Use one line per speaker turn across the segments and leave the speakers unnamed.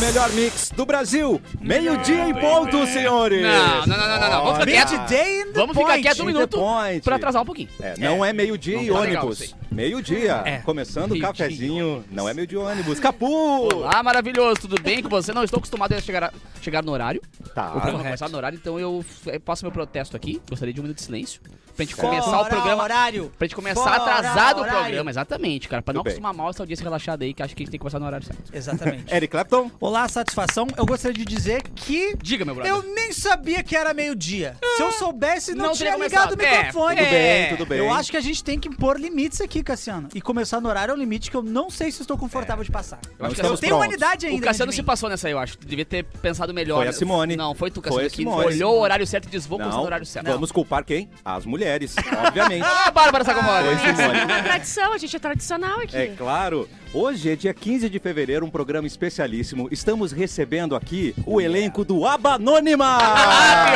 melhor mix do Brasil. Meio-dia em ponto, senhores.
Não, não, não, não, não, não. Vamos ficar quieto.
Midday in the
Vamos ficar
point,
quieto um
in the
minuto
point.
pra atrasar um pouquinho.
É, não é, meio-dia e
Não tá legal
ônibus.
isso
Meio-dia.
É.
Começando o
Meio-dia e
cafezinho. Não é meio-dia e ônibus. Capu!
Olá, maravilhoso, tudo bem com você? Não estou acostumado a chegar, a- chegar no horário.
Tá.
O programa
Correto.
começar no horário, então eu eh, passo meu protesto aqui. Gostaria de um minuto de silêncio. Pra gente
Certo.
começar o programa.
horário.
Pra gente começar
Fora
atrasado o
horário.
programa, exatamente, cara. Pra não
Tudo bem.
acostumar mal essa audiência relaxada aí, que acho que a gente tem que começar no horário certo.
Exatamente.
Eric Clapton?
Olá, satisfação. Eu gostaria de dizer que
Diga, meu brother. Ah,
eu nem sabia que era meio-dia. Se eu soubesse, não,
Não
tinha
teria
ligado o
começado. É,
microfone.
tudo É.
Tudo bem, tudo bem.
Eu acho que a gente tem que pôr limites aqui, Cassiano. E começar no horário é um limite que eu não sei se estou confortável de passar.
Eu acho que
estamos
Tem
prontos.
humanidade ainda.
o Cassiano
dentro de
se
mim.
passou nessa aí, eu acho. Tu devia ter pensado melhor.
Foi a Simone.
Não, foi tu,
Foi
Cassiano,
a
que
Simone.
olhou o horário certo e disse, vou começar no
Não.
horário certo.
Vamos culpar quem? As mulheres, obviamente.
Ah, Bárbara Sacomori.
Foi Simone.
É tradição, a gente é tradicional aqui.
É claro. Hoje é dia 15 de fevereiro, um programa especialíssimo. Estamos recebendo aqui o elenco do Aba Anônima.
Ah, é.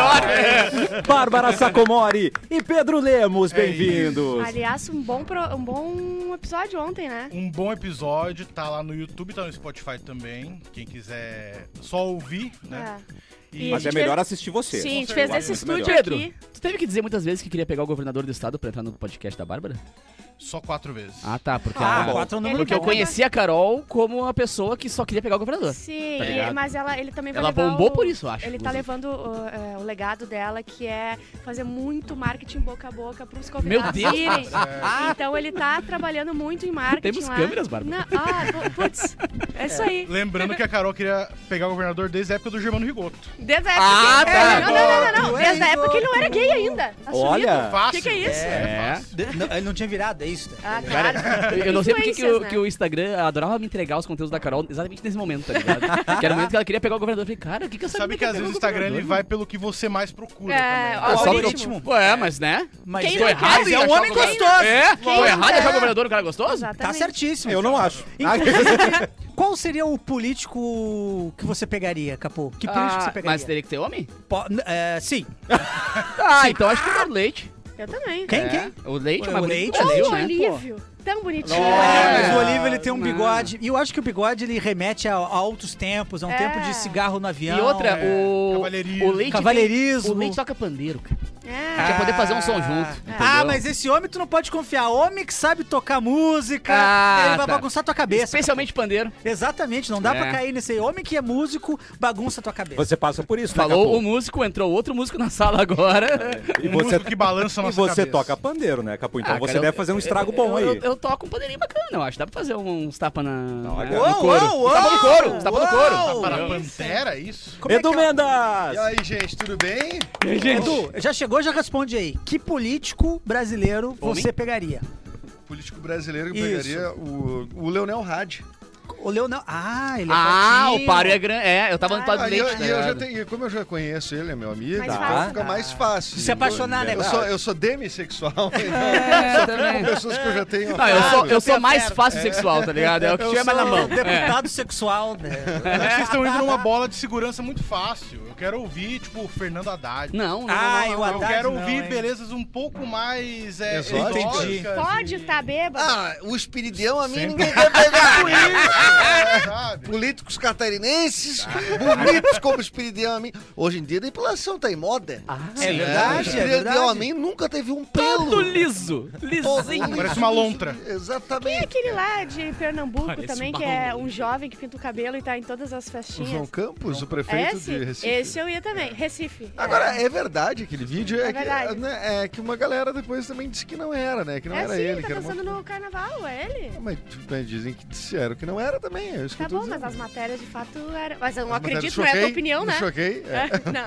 pior. Bárbara Sacomori e Pedro Lemos, bem-vindos.
Aliás, um bom, pro- um bom episódio ontem, né?
Um bom episódio, tá lá no YouTube, tá no Spotify também. Quem quiser só ouvir, né?
É.
E-
E a
Mas é
gente
melhor
fez-
assistir você.
Sim, a gente
certeza.
fez
Muito
nesse
melhor.
estúdio
Pedro,
aqui.
tu teve que dizer muitas vezes que queria pegar o governador do estado pra entrar no podcast da Bárbara?
É.
Só quatro vezes.
Ah, tá, porque,
Ah,
ela-
quatro é um número
Ele
porque eu
tá-
conheci a Carol como uma pessoa que só queria pegar o governador.
Sim,
Tá
e-
ligado?
mas ela, ele também vai
Ela
levar
bombou
o-
por isso, eu acho,
Ele tá
inclusive.
levando o, é, o legado dela, que é fazer muito marketing boca a boca pros
Meu
convidados
Deus, É.
irem.
Ah,
Então ele tá trabalhando muito em marketing
Temos
lá.
câmeras, Bárbara?
Não, ah, pu- putz, é isso aí.
Lembrando que a Carol queria pegar o governador desde a época do Germano Rigoto.
Desde a época
Ah,
que... É,
tá.
Não, não, não, não, não.
Eduardo,
Desde a época que ele não era gay ainda. Assumido.
Olha.
O que, que é isso?
É.
de- não, ele não tinha virado, é isso? né?
Ah, claro.
Eu, eu não sei porque que o,
Influências, né?
que o Instagram adorava me entregar os conteúdos da Carol exatamente nesse momento, tá ligado? que era o momento que ela queria pegar o governador. Eu falei, cara, o que, que essa
Sabe
mina
que
quer
às
pegar
vezes o
governador,
Instagram ele
mano?
vai pelo que você mais procura
É,
também. né?
ó,
Ah, só
algoritmo.
pro- Ué, mas né?
Mas
Quem
Tô
não
errado
Mas
em
é um
achar
homem
o governador.
gostoso.
É? Tô
não
errado em achar
quer?
o governador, o cara é gostoso?
Exatamente.
Tá certíssimo.
Eu não acho.
Então, tá-
Qual seria o político que você pegaria, Capô? Que político
Ah,
você pegaria?
mas teria que ser homem?
Po- n- é, sim.
Ah, então acho que o Eduardo Leite.
Eu também.
Quem?
É,
Quem?
O Leite,
O
mas
Leite,
bonito
Leite,
do Brasil,
Tão
né?
Olívio. Tão bonitinho.
É, mas o
É,
Olívio ele tem um
não.
bigode. E eu acho que o bigode ele remete a, a outros tempos, a um
É.
tempo de cigarro no avião.
E outra,
é,
o.
cavalheirismo.
O Leite.
Cavalheirismo.
O Leite toca pandeiro, cara.
É.
A gente ia poder fazer um som junto.
Ah,
entendeu?
mas esse homem tu não pode confiar. Homem que sabe tocar música,
Ah,
ele vai
tá.
bagunçar tua cabeça.
Especialmente pandeiro.
Exatamente, não dá
É.
pra cair nesse aí. Homem que é músico, bagunça tua cabeça.
Você passa por isso, né,
Falou o
Capu?
músico, entrou outro músico na sala agora.
E
Um
você,
músico que balança a
e
nossa
você
cabeça.
toca pandeiro, né, Capu? Então
Ah,
você
cara, eu-
deve fazer um estrago bom
eu,
aí.
eu toco um pandeirinho bacana, eu acho. Dá pra fazer um, uns tapa na.
Olha.
na-
Uou,
no couro. Uns tapa no couro. uns Tapa no couro.
uou.
Tá Para a
Não.
Pantera, isso?
Como é que
Edu
é?
Mendas!
E aí, gente, tudo bem?
Edu, já chegou, já responde aí. Que político brasileiro você pegaria?
Político brasileiro que
Isso.
pegaria o, o Leonel Hadi.
O Leonel. Ah, ele é
Ah, o
baixinho.
paro é grande. É, eu tava no paro do
Aí eu,
leite. tá
e eu já
ligado?
tenho, como eu já conheço ele, é meu amigo,
Mais
então
fácil.
fica mais fácil.
é
Se apaixonar, né,
eu
cara?
sou, eu sou demissexual,
É, também.
com pessoas que eu já tenho.
Não, eu sou,
afeto.
eu sou mais fácil sexual, tá ligado? É o que
Eu
tiver mais na
Sou
mão. É.
Deputado sexual, né?
Eu acho que vocês estão indo numa bola de segurança muito fácil. Eu quero ouvir, tipo, o Fernando Haddad.
Não, não,
Ah,
não,
eu
não.
Eu
Haddad
quero
não,
ouvir
hein?
belezas um pouco mais é,
Exóticas.
exóticas
Entendi.
Pode
e-
estar bêbado.
Ah, o espiridão a mim
Sempre.
ninguém quer pegar com isso.
Sabe?
Políticos catarinenses, bonitos como espiridão a mim. Hoje em dia a depilação tá em moda.
Ah.
É verdade, é
espiridão a
verdade.
mim nunca teve um
Todo
pelo.
liso. Lisinho.
Parece uma lontra.
E
Exatamente.
aquele lá de Pernambuco também,
uma
que é um jovem que pinta o cabelo e tá em todas as
O João
festinhas.
Campos, o
É
prefeito de
esse?
Recife.
Esse eu ia também. Recife. é.
Agora, é verdade aquele vídeo.
É
É, que,
verdade.
né, é que uma galera depois também disse que não era, né? Que não
É
era
sim,
ele.
tá
que era
dançando
uma...
no carnaval, é ele?
Mas, mas dizem que disseram que não era também. É isso que
Tá
eu tô
bom, mas
dizendo.
as matérias de fato eram. Mas eu não
As matérias
acredito, não é a tua
choquei,
opinião,
me
né?
choquei. é.
É, Não,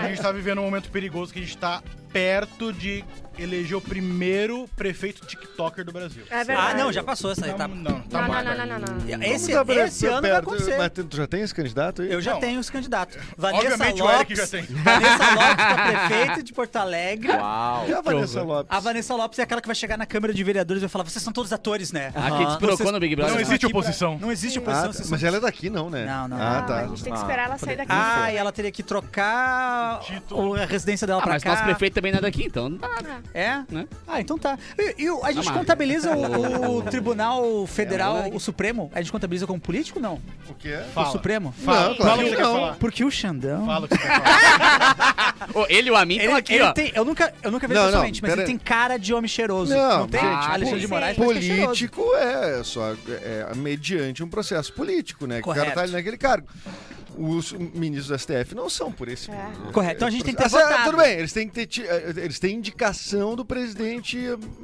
A gente
não.
tá vivendo um momento perigoso que a gente tá perto de eleger o primeiro prefeito TikToker do Brasil.
É verdade.
Ah, não, já passou essa
Não,
etapa.
não, tá
Não, não,
marcado.
não, não, não, não.
Vamos
Esse,
dar pra-
esse
pra
ano vai
perto.
acontecer.
Mas tu tu já tem esse candidato aí?
Eu já
Não.
tenho os candidatos. Vanessa
Obviamente o
Lopes,
Eric já tem.
Vanessa Lopes, que é prefeita de Porto Alegre.
Uau!
E a Vanessa Lopes.
A Vanessa Lopes é aquela que vai chegar na Câmara de Vereadores e vai falar: vocês são todos atores, né?
Ah, que despirocou no Big Brother.
Não
vocês
Não
estão
existe
aqui pra-
oposição.
Não existe
Ah,
oposição.
tá.
vocês
Mas
são-
ela é daqui, não, né?
Não, não,
Ah,
Ah,
tá.
mas a gente tem que
Ah,
esperar ela sair daqui.
Ah, e ela teria que trocar
Título.
o- a residência dela
Ah,
pra
mas
cá.
nosso prefeito também nada aqui, então. tá.
É?
Né?
Ah, então tá. E, e o- a gente
marca.
contabiliza o, o Tribunal
É,
Federal,
olha.
o Supremo? A gente contabiliza como político, não?
O é? quê?
Fala.
O Supremo?
Fala,
Não,
fala o
claro
que você
que
quer
não.
falar.
Porque o Xandão...
Fala o que você quer falar.
Ô, ele e o Amin estão Então aqui,
ele
ó.
tem- eu, nunca, eu nunca vi
Não,
ele
não,
pessoalmente, mas
pera
ele
aí.
tem cara de homem cheiroso.
Não,
tem?
gente,
Ah, Alexandre de
sim.
Moraes parece que é cheiroso.
Político é só é, mediante um processo político, né? Que o cara
Correto.
tá ali naquele cargo. Os ministros do STF não são por esse.
É.
Correto, então a gente tem que ter
processo. Ah,
votado.
Tudo bem, eles têm que ter. ti- eh, Eles têm indicação do presidente,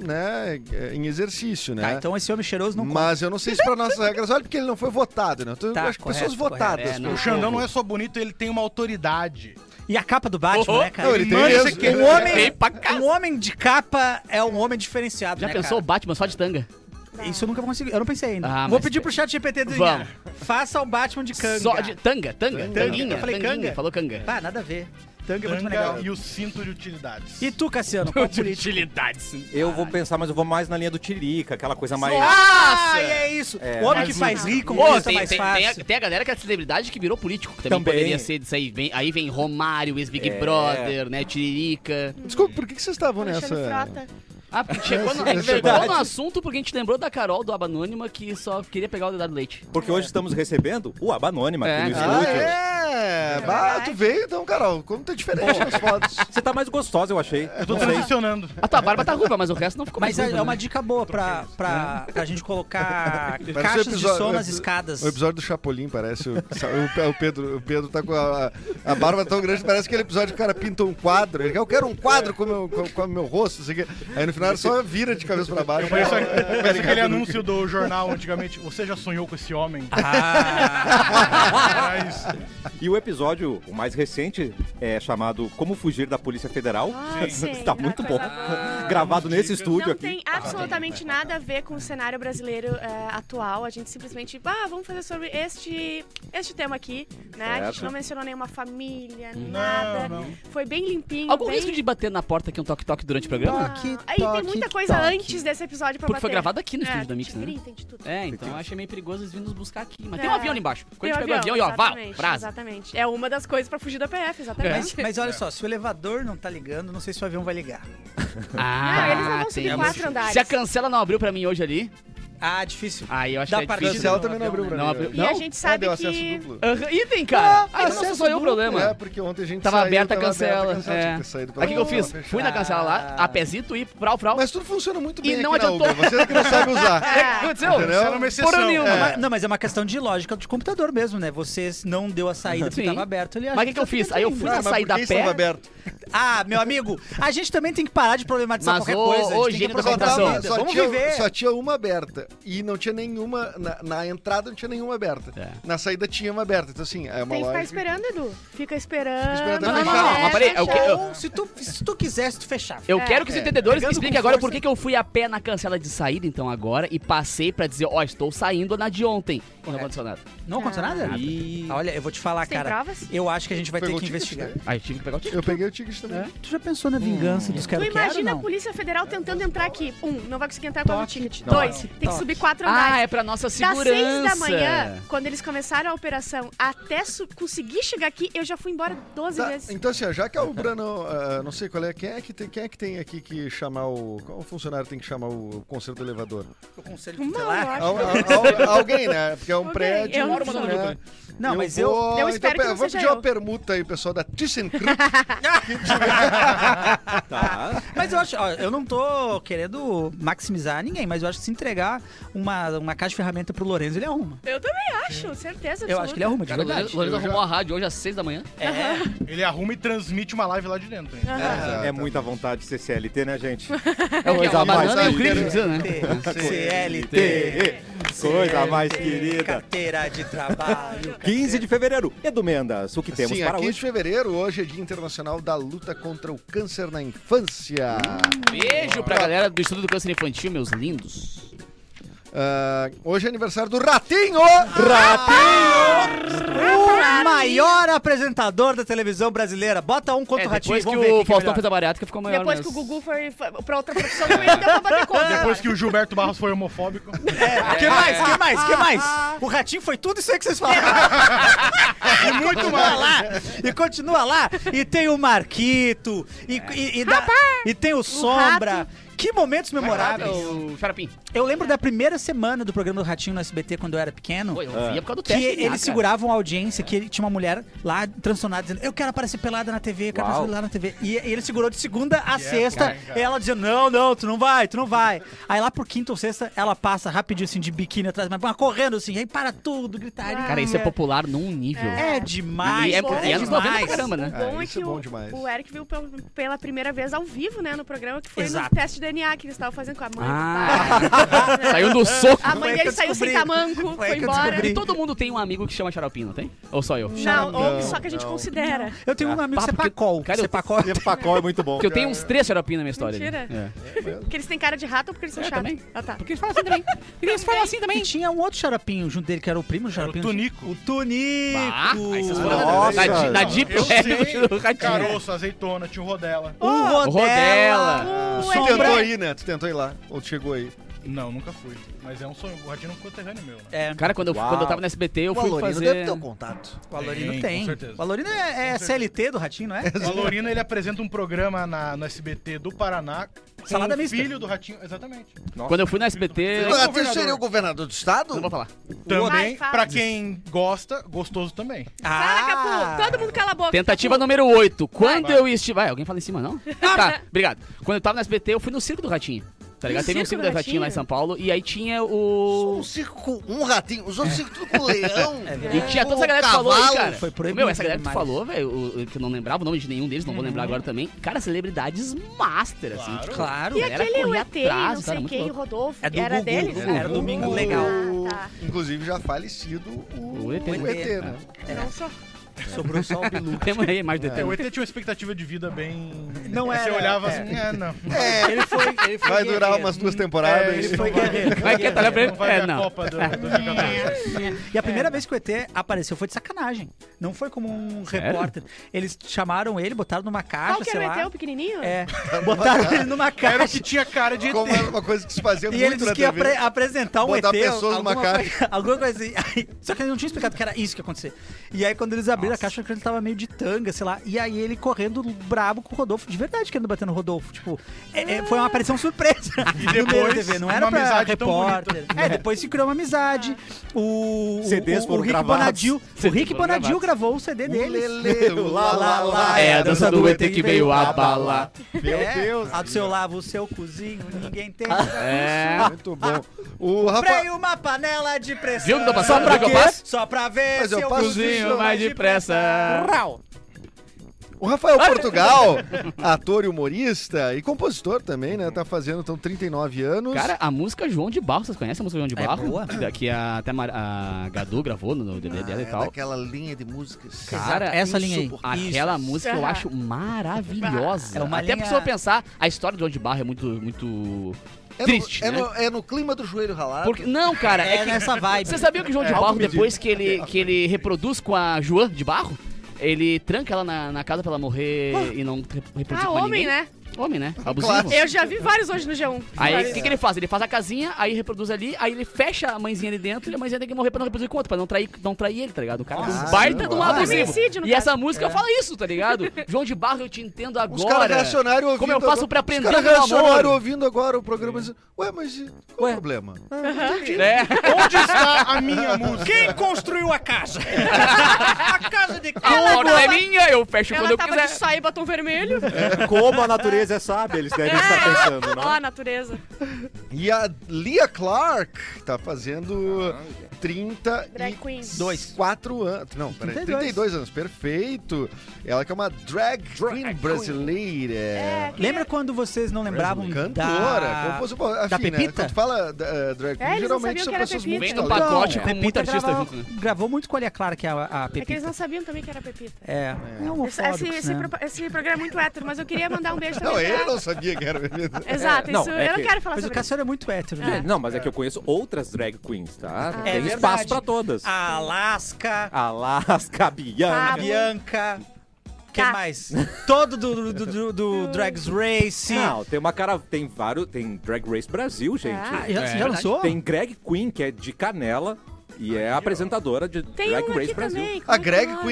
né? eh, Em exercício, né?
Tá, então esse homem cheiroso não conta.
Mas eu não sei se para nossas regras, olha, porque ele não foi votado, né? Eu tô-
Tá,
acho que pessoas
correto,
votadas.
correto. É,
pelo
não.
O Xandão não
povo.
é só bonito, ele tem uma autoridade.
E a capa do Batman,
Oh,
né, cara?
Não, ele tem
Mano,
mesmo.
isso aqui é
Um homem,
Tem pra cá.
um homem de capa é um homem diferenciado,
Já
né,
pensou o
cara?
Batman só de tanga?
Isso eu nunca vou conseguir. Eu não pensei ainda.
Ah,
Vou
mas-
pedir pro chat GPT do
Vamos.
Faça o Batman de canga.
Só de tanga, tanga,
Tanga.
tanguinha.
Eu falei
tanguinha,
canga. Tá
Falou canga.
Pá, nada a ver. Tanga é muito mais legal.
Tanga e o cinto de utilidades.
E tu, Cassiano, qual político?
utilidades.
Eu vou pensar, mas eu vou mais na linha do Tiririca, aquela coisa mais.
Ah, e é isso. o homem que faz rir
Ô,
conquista
tem,
mais
tem, tem a,
fácil.
tem a galera que é celebridade que virou político. que Também,
Também.
poderia ser disso aí. Vem, aí vem Romário, ex-Big
É.
Brother, né? Tiririca.
Desculpa, por que que vocês estavam nessa?
Alexandre Frota.
Ah, porque chegou no,
É
chegou
verdade.
no assunto porque a gente lembrou da Carol do Aba Anônima que só queria pegar o dedado do leite.
Porque hoje estamos recebendo o Aba Anônima
É,
aqui no
Ah,
estúdio.
é? Bah, tu veio então, Carol. Como tá diferente as fotos.
Você tá mais gostosa, eu achei.
Eu tô
Não sei.
transicionando.
A tua barba tá ruiva, mas o resto não ficou
Mas
mais
é,
ruiva,
é uma
né?
dica boa pra, pra, pra gente colocar
o
caixas
um episódio-
de som nas
o-
escadas.
O episódio do Chapolin parece. O, o- o Pedro, o Pedro tá com a, a barba tão grande, parece aquele episódio que o cara pinta um quadro. Ele quer, eu quero um quadro com o meu, com, com o meu rosto. Isso aqui. Aí no final ele só vira de cabeça pra baixo. Tá
Parece parece aquele anúncio do jornal antigamente. Você já sonhou com esse homem?
Ah.
Era isso.
E o episódio, o mais recente, é chamado Como Fugir da Polícia Federal.
Ah, sim,
tá
uma
muito bom.
coisa boa.
Gravado nesse
Dicas.
estúdio
não
aqui.
tem absolutamente nada a ver com o cenário brasileiro é, atual. A gente simplesmente, ah, vamos fazer sobre este, este tema aqui, né? A gente
Certo.
não mencionou nenhuma família,
Não,
nada.
não.
Foi bem limpinho.
Algum
bem...
risco de bater na porta aqui um toque-toque durante o
Não.
programa?
Toque,
Aí tem
toque,
muita coisa
toque.
antes desse episódio pra
Porque
bater.
foi gravado aqui no estúdio
é,
da Mix,
tem
né?
tirinta, Tem de tudo.
É, então eu achei meio perigoso eles virem nos buscar aqui. Mas
É.
tem um avião ali embaixo. Quando a gente
Tem
pegou o avião e ó, vá,
exatamente,
brasa.
Exatamente. É uma das coisas pra fugir da PF,
Mas,
exatamente.
mas olha só, se o elevador não tá ligando, não sei se o avião vai ligar.
Ah,
eles não vão
tem
subir
isso.
quatro andares.
Se a cancela não abriu pra mim hoje ali,
Ah, difícil.
aí eu acho
Dá
que é
pra
difícil.
cancelar
Marcel também não abriu pra
Não
mim,
abriu.
né?
E
É. Não.
a gente
Ah,
sabe
deu acesso
que...
duplo.
Aham, Item, cara. Ah,
Acesso
não sou eu o
duplo,
problema.
É, porque ontem a gente
Tava
saiu,
aberta a
tava aberta
cancela, é.
tinha que ter saído
Aí
pela
o que eu
janela,
fiz?
fechado.
Fui na cancela lá, apesito e frau, frau.
Mas tudo funciona muito
E
bem
não
aqui na
adiantou.
Uber, Você que não sabe usar.
É, o que aconteceu?
Entendeu?
Era uma exceção.
Porra nenhuma.
Mas- Não, mas é uma questão de lógica de computador mesmo, né? Você não deu a saída
Sim.
porque tava aberto ele
Mas o que, que eu fiz? Aí eu fui
Ah,
na
mas por
saída
que
a
isso tava
pé.
aberto?
tá Ah, meu amigo, a gente também tem que parar de problematizar
Mas
qualquer
ô-
coisa.
ô,
a gente tem
gênio
que
da
Só
aproveitar a
computação.
tava,
vida.
tá só,
Vamos
tinha, um-
viver.
só tinha uma aberta. E não tinha nenhuma. Na, na entrada não tinha nenhuma aberta.
É.
Na saída tinha uma aberta. Então, assim, é uma
Tem que ficar
lógica.
esperando, Edu. Fica esperando.
esperando
Não, não, não, não, mas
é
peraí, eu que- eu-
Ou se tu, se tu quisesse, tu fechava.
Eu
É.
quero que os
É.
entendedores
Pegando
expliquem
com
agora
força.
por que, que eu fui a pé na cancela de saída, então, agora, e passei pra dizer, ó, estou saindo na de ontem. Não
Correto.
aconteceu nada.
Não aconteceu nada?
É.
Ih.
Ah, Olha, eu vou te falar,
Você tem
cara.
provas?
Eu acho que a gente vai ter
Pegou
que
o ticket,
investigar.
né?
Aí tive que pegar o ticket.
Eu peguei o ticket
É?
também.
Tu já pensou na vingança dos
Hum. Tu
caras que
imagina a
Então não?
Polícia Federal tentando entrar aqui. Um, não vai conseguir entrar com o
Toque,
ticket.
toque,
Dois, tem que
toque.
subir quatro andares.
Ah, é pra nossa
Das
segurança.
seis da manhã, quando eles começaram a operação, até su- conseguir chegar aqui, eu já fui embora 12
Tá,
vezes.
então, assim, ó, já que a Ubra não, ah, não sei qual é, quem é, que tem, quem é que tem aqui que chamar o. Qual funcionário tem que chamar o conselho do elevador?
O conselho
Não,
então,
eu
tutelar?
acho.
Al- al- al- alguém, né? Porque é um
Alguém.
prédio.
Eu não
né?
sei.
Não, mas eu-
Vou,
Eu espero
então,
que não
vou
seja
pedir
eu.
uma permuta aí, pessoal, da ThyssenKrupp.
Tá.
Mas eu acho, ó, eu não tô querendo maximizar ninguém, mas eu acho que se entregar uma, uma caixa de ferramenta pro Lorenzo, ele arruma.
Eu também acho, certeza.
Eu acho que ele é arruma, de
Cara, o Lourenço
verdade. É,
Lourenço
Eu já-
arrumou a rádio hoje às seis da manhã.
Ele arruma e transmite uma live lá de dentro. hein?
Exato.
É muita vontade de ser CLT, né, gente?
É o que? Uma
Coisa mais
banana e um
querida.
clipe, precisa, né?
é CLT.
Tê, Coisa mais
CLT,
querida.
Carteira de trabalho.
15 de fevereiro. Edu Mendas, o que temos
Sim,
para
15 de
hoje?
fevereiro, hoje é Dia Internacional da Luta contra o Câncer na Infância.
Uh.
Beijo pra galera do Estudo do Câncer Infantil, meus lindos.
Ah, hoje é aniversário do Ratinho!
Ratinho!
Barbinha.
maior apresentador da televisão brasileira. Bota um
É,
contra o Ratinho,
depois que
vamos ver
o
quem que é
Faustão
melhor.
fez a bariátrica, ficou maior
Depois que
mesmo.
o Gugu foi foi pra outra profissão, também não deu pra bater conta.
Depois que o Gilberto Barros foi homofóbico.
É, que mais, que mais, que mais? O Ratinho foi tudo isso aí que vocês falaram.
E muito
continua
mais.
lá, e continua lá. E tem o Marquito, e, e, e da- e tem o Sombra. que momentos memoráveis.
O Xarapim.
Eu lembro da primeira semana do programa do Ratinho no SBT, quando eu era pequeno.
Pô, eu via por causa do
É. Que
teste.
ele
cara.
segurava uma audiência que ele- tinha uma mulher lá transtornada dizendo: Eu quero aparecer pelada na TV, eu quero aparecer pelada na TV. E, e ele segurou de segunda a sexta,
cara.
ela dizendo: Não, não, tu não vai, tu não vai. Aí lá por quinta ou sexta, ela passa rapidinho assim de biquíni atrás, mas mas correndo assim, aí para tudo, gritaria.
Cara, isso é popular num nível.
É demais,
E é- e é anos 90 pra
demais.
caramba, né?
O bom
Ah,
é
isso
que
é bom
o,
demais.
o Eric viu pel- pela primeira vez ao vivo, né, no programa, que foi
Exato.
no teste de DNA que eles estavam fazendo com a mãe.
Ah.
do pai, né?
Saiu do soco.
A
Foi
mãe
aí que
dele
eu
saiu sem
descobri.
tamanco,
Foi aí
foi
que eu
embora.
descobri.
E todo mundo tem um amigo que chama Xaropim, não tem? Ou só eu?
Não, ou
Não,
só que a gente
não.
considera.
Eu tenho um amigo
Ah, porque-
Sepacol.
cara, eu-
Sepacol.
E Pacol é muito bom.
Porque eu tenho uns três Xaropim na minha história.
Mentira.
ali. É.
Porque eles têm cara de rato ou porque eles
É,
são
Eu
chatos?
também.
Ah, tá.
Porque eles falam assim também. Porque eles falam assim
E
também.
tinha um outro xaropinho junto dele, que era o primo xaropinho.
Tunico.
O Tunico.
Ah, aí vocês foram
Nossa.
na, na, na
Não,
Deep
eu
Web do
sei.
Ratinho.
Caroço, azeitona, tio Rodela.
O
Ah, O
Uh,
Rodela.
Rodela.
Tu
O
Sombra.
tentou
Eric-
aí, né? Tu tentou ir lá. Ou tu chegou aí.
Não, nunca fui. Mas é um sonho. O Ratinho é um conterrâneo meu, né?
É,
Cara, quando eu,
Uau.
quando eu tava no SBT, eu fui fazer...
contato.
o Alorino
Tem,
tem.
com certeza.
O Alorino é, é CLT do Ratinho, não é?
O Alorino, ele apresenta um programa na, no SBT do Paraná. com
Salada
o
mista.
filho do Ratinho, exatamente.
Quando eu fui no SBT...
Não,
Agora, tu seria o governador do estado?
Não vou falar.
Também,
Vai, fala.
pra quem gosta, gostoso também.
Ah!
Para, Capu! Todo mundo cala a boca.
Tentativa número 8. Quando
Vai.
eu estive. Vai, alguém fala em cima, não? tá, obrigado. Quando eu tava no SBT, eu fui no Circo do Ratinho. Tá ligado?
No
Teve um
Circo
Circo
do
do Ratinho lá em
Ratinho?
São Paulo. E aí tinha o.
Um circo com um ratinho, os outros circos tudo com leão.
É. E tinha toda essa galera que falou aí, cara.
foi proibido
Meu, essa galera que tu
demais.
falou, velho, o- o- que eu não lembrava o nome de nenhum deles, não vou lembrar agora também. Cara, celebridades master, assim.
Claro.
Tipo,
Claro.
E
A galera
aquele
corria
ET, não
atrás, cara,
sei
muito
quem,
louco.
Rodolfo,
É do
era
Gugu,
deles?
Gugu. Era Domingo
Ah,
Legal.
tá.
Inclusive já falecido o,
O ET,
o ET,
né?
né?
Não sou...
Sobrou só o Bilu.
Temos aí mais
É, o
detalhes.
ET tinha uma expectativa de vida bem...
Não
Você
era,
olhava
é.
assim, ah, não.
É,
Ele foi, ele foi
vai
guerreiro.
durar umas duas temporadas.
É,
e-
isso
é. Foi
não vai-
guerreiro.
Vai que tá lá pra
Não vai
É,
ver a
não. É.
Copa do, do 2014.
E a primeira vez que o ET apareceu foi de sacanagem. Não foi como um repórter. Eles chamaram ele, botaram numa caixa,
Qual que
sei
era o
lá.
ET, o pequenininho?
É, botaram ele numa
Era o
caixa.
que tinha cara de ET.
Tá Como era uma coisa que se fazia
E
muito
ele disse
na
que ia
TV.
apre- apresentar um ET.
Botar pessoas numa
alguma
caixa.
coisa- alguma coisa assim. Aí- só que ele não tinha explicado que era isso que ia acontecer. E aí, quando eles abriram a caixa, eu acredito que ele tava meio de tanga, sei lá. E aí, ele correndo brabo com o Rodolfo, de verdade, querendo bater no Rodolfo. Tipo, é- é- foi uma aparição surpresa.
E
no meio da
depois,
TV. Não
uma
era pra
amizade tão
repórter. É, depois se criou uma amizade. O, o-
CDs
o, o
foram
Rick
gravados.
Bonadil. O
CDs
Rick
foram
Bonadil
gravados.
gravou o CD
O
deles.
lelê, o lá, lá, lá.
É, a dança do ET que veio abalar.
abalar. Meu
É,
Deus. Ah,
A do seu lava, o seu cozinho, ninguém tem.
É.
Muito bom. O
Comprei
Rafa...
uma panela de pressão.
Viu que eu tô passando? Viu que eu passo?
Só pra ver
Mas
se
eu
eu
passo
Cozinho
Cozinho
mais depressa.
Rau.
O Rafael Portugal, ator e humorista e compositor também, né? Tá fazendo, então, 39 anos.
Cara, a música João de Barro, vocês conhecem a música João de
É
Barro?
boa. Ah,
Que a, até a, Mar- a Gadu gravou no no DVD dela e tal.
Aquela É linha de músicas.
Cara,
é Essa linha aí.
insuportável. Aquela música eu acho maravilhosa.
É uma
Até a
linha-
pessoa pensar, a história do João de Barro é muito, muito
É no-
triste,
é
né?
no, é no clima do joelho ralado. Tá
Porque, não, cara, é,
É
que...
nessa vibe.
Você sabia que o João de
É,
Barro,
algo medido.
depois que ele, que ele reproduz com a Joan de Barro, ele tranca ela na, na casa pra ela morrer e não re- reproduzir
Ah,
com
homem,
ninguém?
né?
Homem, né? Abusivo.
Eu já vi vários hoje no G1.
Aí
Vários.
o que, é que ele faz? Ele faz a casinha, aí reproduz ali, aí ele fecha a mãezinha ali dentro e a mãezinha tem que morrer pra não reproduzir com outro, pra não trair, não trair ele, tá ligado? O cara é um
Nossa,
baita de um
claro.
abusivo.
Feminicídio, no
E
caso.
essa música fala isso, tá ligado? João de Barro, eu te entendo agora.
É. Os caras reacionários ouvindo...
Como eu faço pra aprender
Os
o
caras reacionários
amor?
ouvindo agora o programa. dizendo, Ué, mas e- qual é o problema?
É.
Onde está a minha música?
Quem construiu a casa? a casa de quem?
A porta é minha, eu fecho quando
Ela
eu
tava
quiser.
de saia e batom um vermelho.
Como a natureza é sábia, eles devem estar pensando,
Ó, a
não? é?
natureza.
E a Lia Clark tá fazendo 30
Drag
e
queen.
Dois.
4 anos. Não, peraí.
32.
32. anos, perfeito. Ela que é uma drag, queen brasileira.
É,
Lembra quando vocês não
um
lembravam
Cantora,
da...
compositora.
da
Enfim, né,
Pepita?
Quando fala eh, drag queen,
É, eles não
geralmente
sabiam
são
que era
pessoas
Pepita.
muito
Vem do
talentosas.
pacote
Não,
com muito
Pepita
artista
gravou,
junto, né?
É, gravou muito com a Lia Clark, a, a
É que eles
Pepita.
não sabiam também que era né? Pepita.
É, é, um
Esse, esse, esse pro- esse programa é muito hétero, mas eu queria mandar um beijo também
Não, Não, ele não sabia que era bebida.
Exato,
Não,
isso
é
eu
que-
não quero falar
Mas o
sobre isso.
Cassiano é muito hétero, né?
É.
Não, mas é que eu conheço outras drag queens, tá?
É
Tem
verdade.
espaço pra todas.
Alasca,
Alasca, Bianca.
Pablo.
Bianca. Quem
Tá.
mais? Todo do, do, do, do Drags Race.
Não, tem uma cara. Tem vários. Tem Drag Race Brasil, gente.
Ah,
Ah, já,
É
já lançou?
Tem Greg Queen, que é de Canela. E é apresentadora de
Tem
Drag
um
Race
aqui
Brasil.
também. como é
A
que é o
Ah, Greg
nome?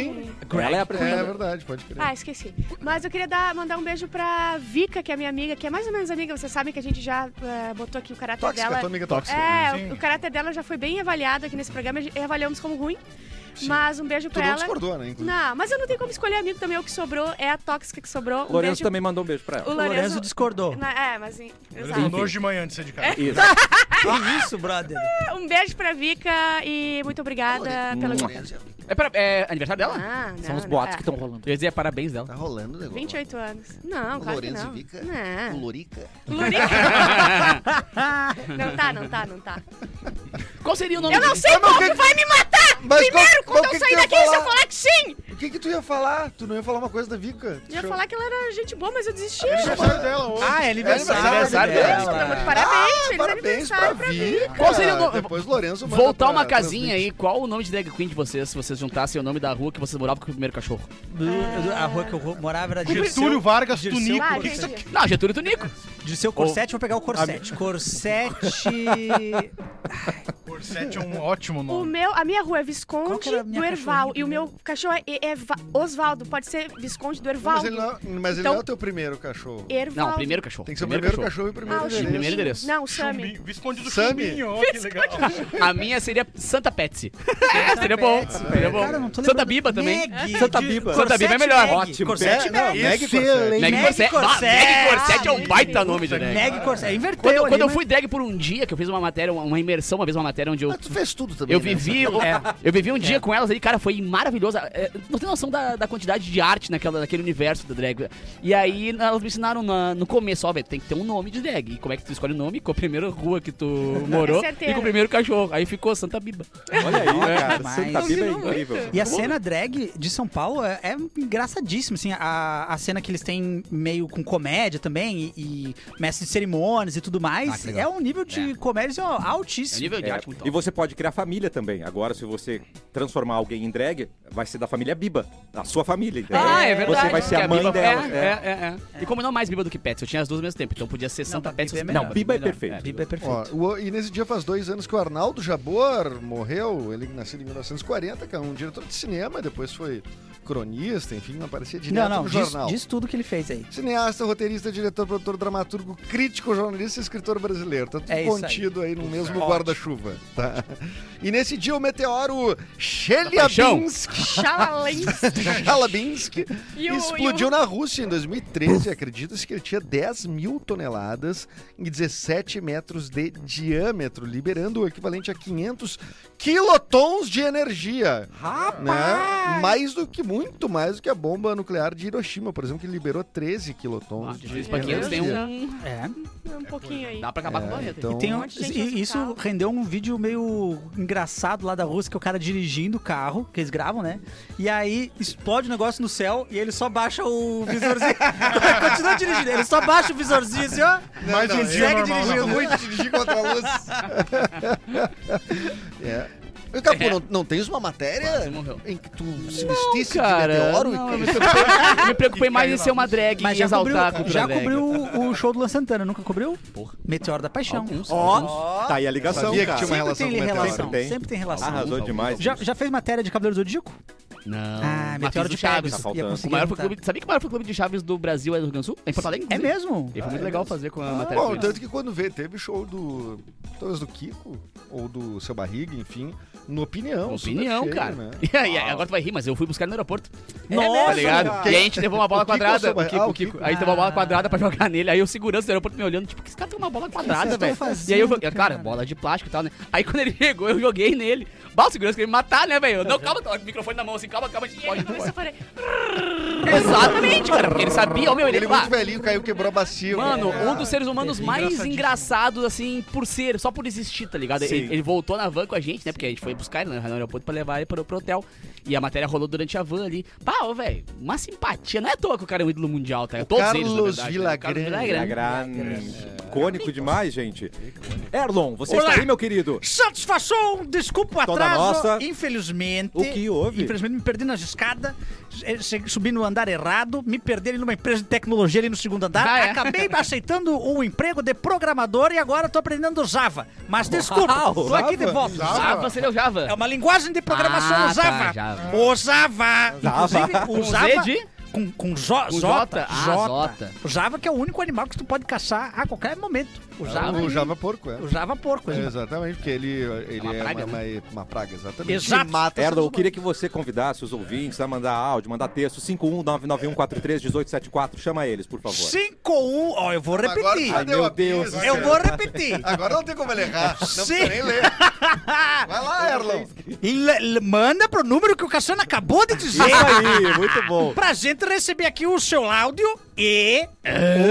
Queen.
Ela é
É
apresentadora.
verdade, pode crer.
Ah, esqueci. Mas eu queria dar, mandar um beijo pra Vika, que é minha amiga, que é mais ou menos amiga. Vocês sabem que a gente já eh, botou aqui o caráter
Tóxica,
dela.
tua amiga tóxica. né?
É,
Sim.
o, o caráter dela já foi bem avaliado aqui nesse programa e avaliamos como ruim. Mas um beijo
Tu
pra
não
ela.
discordou, né? inclusive?
Não, mas eu não tenho como escolher amigo também. O que sobrou é a tóxica que sobrou. Um
Lourenço
beijo...
também mandou um beijo pra ela.
O
O
Lourenço.
Lorenzo discordou.
Na- é, mas. em-
Ele
Exato.
mandou hoje de manhã antes de sair de
É.
casa.
Isso.
Que isso, brother?
Um beijo pra Vika e muito obrigada pelo.
É, pra- é aniversário dela?
Ah, não,
São os
não,
boatos
é.
que estão rolando. Eu ia dizer parabéns dela.
Tá rolando o negócio.
28 anos. Não,
O
claro que
Lourenço
não. É.
Vica? O
Não.
Lorica?
Lurica. não tá, não tá, não tá.
Qual seria o nome
Eu não
dele?
sei como tu vai me matar!
Mas
Primeiro,
qual- qual
quando
que
eu
que
sair
tu ia
daqui, se eu
falar?
falar que sim!
O que que tu ia falar? Tu não ia falar uma coisa da Vika?
Eu ia
Deixa eu-
falar que ela era gente boa, mas eu desisti.
Aniversário dela hoje.
Ah, é aniversário,
É aniversário
dela.
dela.
Então, muito parabéns, feliz
Ah, Parabéns pra
aniversário pra
Vika.
Qual seria o nome?
Depois Lourenço manda
Voltar
pra-
uma casinha
transmitir.
aí, qual o nome de drag queen de vocês, se vocês juntassem o nome da rua que vocês moravam com o primeiro cachorro?
Do- A rua que eu ro- morava era
Getúlio
Dirceu,
Vargas
Dirceu
Tunico.
Vai,
O que que
gente.
Não, Getúlio Tunico.
Dirceu Corsete, vou pegar o Corsete. Corsete...
Corsete é um ótimo
O
nome.
meu, a minha rua é
Qual que
Visconde
era a minha
do Erval.
cachorrinha
E o meu cachorro é, é Va- Osvaldo. Pode ser Visconde do
Mas
Ervaldo.
ele não, mas ele
Então-
não é o teu primeiro cachorro.
Ervaldo.
Não, primeiro cachorro.
Tem que ser o primeiro cachorro e o primeiro
Ah, o
endereço.
cachorro.
Primeiro endereço.
Não, o Sammy.
Chumbinho. Visconde do
Sammy.
Chumbinho. ó, que legal.
A minha seria Santa Patsy.
É,
seria bom.
Pets.
Seria bom.
Cara, não tô
Santa
lembrando.
Biba também.
Neg,
Santa
de-
Biba.
Santa Biba é
Corsete
melhor.
Neg.
Ótimo.
Corsete
É, não,
Neg.
Meg
Excelente.
Meg
Meg
Corset. Ah,
Corset.
Meg Corset é um baita nome de drag.
Neg Corsete. Inverteu
Quando,
ali,
quando eu
mas-
fui drag por um dia, que eu fiz uma matéria, uma- uma imersão, uma vez uma matéria onde eu
Tá
Ah, tu fez tudo também.
Eu
né?
vivi, é, eu vivi um dia com elas aí, cara, foi maravilhoso. É, não tem noção da, da quantidade de arte naquela, naquele universo da drag. E aí elas me ensinaram na- no começo, ó, velho, tem que ter um nome de drag. E como é que tu escolhe o nome? Com a primeira rua que tu morou
certeira.
e com o primeiro cachorro. Aí ficou Santa Biba.
Olha aí,
Olha,
cara.
demais.
Santa Biba é incrível.
E a cena drag de São Paulo é, é engraçadíssima, assim, a, a cena que eles têm meio com comédia também, e, e mestre de cerimônias e tudo
Ah,
mais,
que legal.
é um nível de comédia ó,
É um
altíssimo.
nível de
É,
arte muito
e
alto.
você pode criar família também. Agora, se você transformar alguém em drag, vai ser da família Biba, da sua família, entendeu? Você vai ser
Ah, é porque
a mãe
Biba-
dela.
É,
é.
é, é, é. E como não mais Biba do que Pets, eu tinha as duas ao mesmo tempo, então podia ser Santa Pets ou
Biba é
Não,
melhor.
Biba é
melhor.
perfeito.
Biba é
Ó,
perfeito.
o- e nesse dia faz dois anos que o Arnaldo Jabor morreu. Ele nasceu em 1940, que é um diretor de cinema, depois foi cronista, enfim, aparecia direto
não, não,
no
diz,
jornal.
diz tudo que ele fez aí.
Cineasta, roteirista, diretor, produtor, dramaturgo, crítico, jornalista e escritor brasileiro. Tá tudo
É isso aí.
contido aí, no mesmo
Ótimo.
guarda-chuva. tá? E nesse dia o meteoro
paixão.
Tá
Chelyabinsk
Chavalensky.
Kalabinsk
E o-
explodiu na Rússia em 2013. Acredita-se que ele tinha 10 mil toneladas e 17 metros de diâmetro, liberando o equivalente a 500 quilotons de energia. Né? Mais do que, muito mais do que a bomba nuclear de Hiroshima, por exemplo, que liberou 13 quilotons
Ah,
de
diz
energia.
pra 500 tem um...
É.
Um pouquinho aí.
Dá pra acabar com o
É,
planeta.
então-
E tem um-
monte de gente
e
no
isso
hospital.
rendeu um vídeo meio engraçado lá da Rússia, que é o cara dirigindo o carro, que eles gravam, né? E aí explode o negócio no céu e ele só baixa o visorzinho. Continua dirigindo, ele só baixa o visorzinho assim, ó.
Mais um
não,
dia
segue
normal.
dirigindo.
Muito ruim de dirigir contra a luz. é. E, Capu,
É.
não, não tens uma
Quase
matéria
morreu.
em que tu se vestisse
cara,
de meteoro?
não,
e...
eu me preocupei, eu me preocupei
E
mais em
caiu na
ser uma drag
Mas
e
já cobriu,
exaltar a cultura
já
drag.
cobriu o show do Luan Santana, nunca cobriu?
Porra.
Meteor da Paixão.
Alguns, alguns.
um
Ó, tá aí a ligação,
Sabia que
cara.
tinha uma
Sempre
relação
tem
com o meteoro.
relação,
Sempre tem.
sempre tem relação.
Arrasou demais.
Já, já fez matéria de Cavaleiro do Zodíaco?
Não.
Ah,
Mas
Meteoro
fiz
de
o Chaves.
Chaves.
tá faltando.
Ia
O
conseguir
maior fã
juntar.
clube, sabia que o maior fã clube de Chaves do Brasil é do Rio Grande do Sul? É em Porto Alegre,
É
inclusive.
mesmo?
E foi muito legal fazer com a matéria.
Ah, Bom,
com eles.
tanto que quando vê, teve show do. Talvez do Kiko, ou do seu barriga, enfim, no opinião. então, super
Opinião,
cheio,
cara.
né?
E aí, agora tu vai rir, mas eu fui buscar no aeroporto.
É
mesmo?
tá ligado?
Quem?
E aí a gente levou uma bola
O Kiko
quadrada.
ou o
O Kiko,
Ah,
o
o
Kiko.
Kiko.
Aí teve uma bola
Ah.
quadrada pra jogar nele. Aí o segurança do aeroporto me olhando, tipo, que esse cara tem uma bola quadrada,
vocês tão
velho.
fazendo,
E aí eu joguei, cara,
cara?
bola de plástico e tal, né? Aí quando ele chegou, eu joguei nele. Bah, o segurança queria me matar, né, velho? Eu, Não, calma, tá, microfone na mão assim, calma, calma, a gente
E ele
pode.
começou a falar,
Exatamente, cara, porque ele sabia, ó, meu, ele, é
Ele
lá,
muito velhinho, caiu, quebrou a bacia.
Mano,
É.
um dos seres humanos mais engraçados, assim, por ser, só por existir, tá ligado? Ele, ele voltou na van com a gente, né? Porque a gente foi buscar ele né, no aeroporto pra levar ele pro, pro hotel. E a matéria rolou durante a van ali. Pau, velho, uma simpatia. Não é à toa que o cara é um ídolo mundial, tá? Todos eles, na
Carlos
verdade, né? O
Villagrande.
Carlos Villagrande.
Villagrande. Icônico demais, gente. Erlon, você está aí, meu querido?
Satisfação, um, desculpa o
Toda
atraso.
nossa.
Infelizmente.
O que houve?
Infelizmente me perdi nas escadas, eh, se- subi no andar errado, me perdi ali numa empresa de tecnologia ali no segundo andar.
Ah, é?
Acabei aceitando um emprego de programador e agora tô aprendendo Java. Mas desculpa, tô aqui de
Java?
volta.
Java?
Java, seria o Java.
É uma linguagem de programação,
Ah,
o Java.
tá, Java.
O Java.
Java.
Inclusive, o
Com
Java.
Z de?
Com, com jo,
Com
Jota.
Jota? Ah, Jota.
O Java que é o único animal que tu pode caçar a qualquer momento.
Ah,
O Java,
O Java porco, é.
o Java porco.
É, exatamente, porque ele, ele é, uma,
uma praga,
uma, uma praga, exatamente.
Exato.
mata
Erlon, eu queria que você convidasse os ouvintes a mandar áudio, mandar texto. 51991431874. Chama eles, por favor.
5 1 ó, eu vou
Agora tá.
repetir.
já deu
meu
aviso,
Deus do
cara.
Eu vou repetir.
Agora não tem como ele errar. Não
Sim.
precisa nem ler. Vai lá, Erlon.
Le- le- manda pro número que o Cassiano acabou de
Isso
dizer.
aí, muito bom.
Pra gente receber aqui o seu áudio e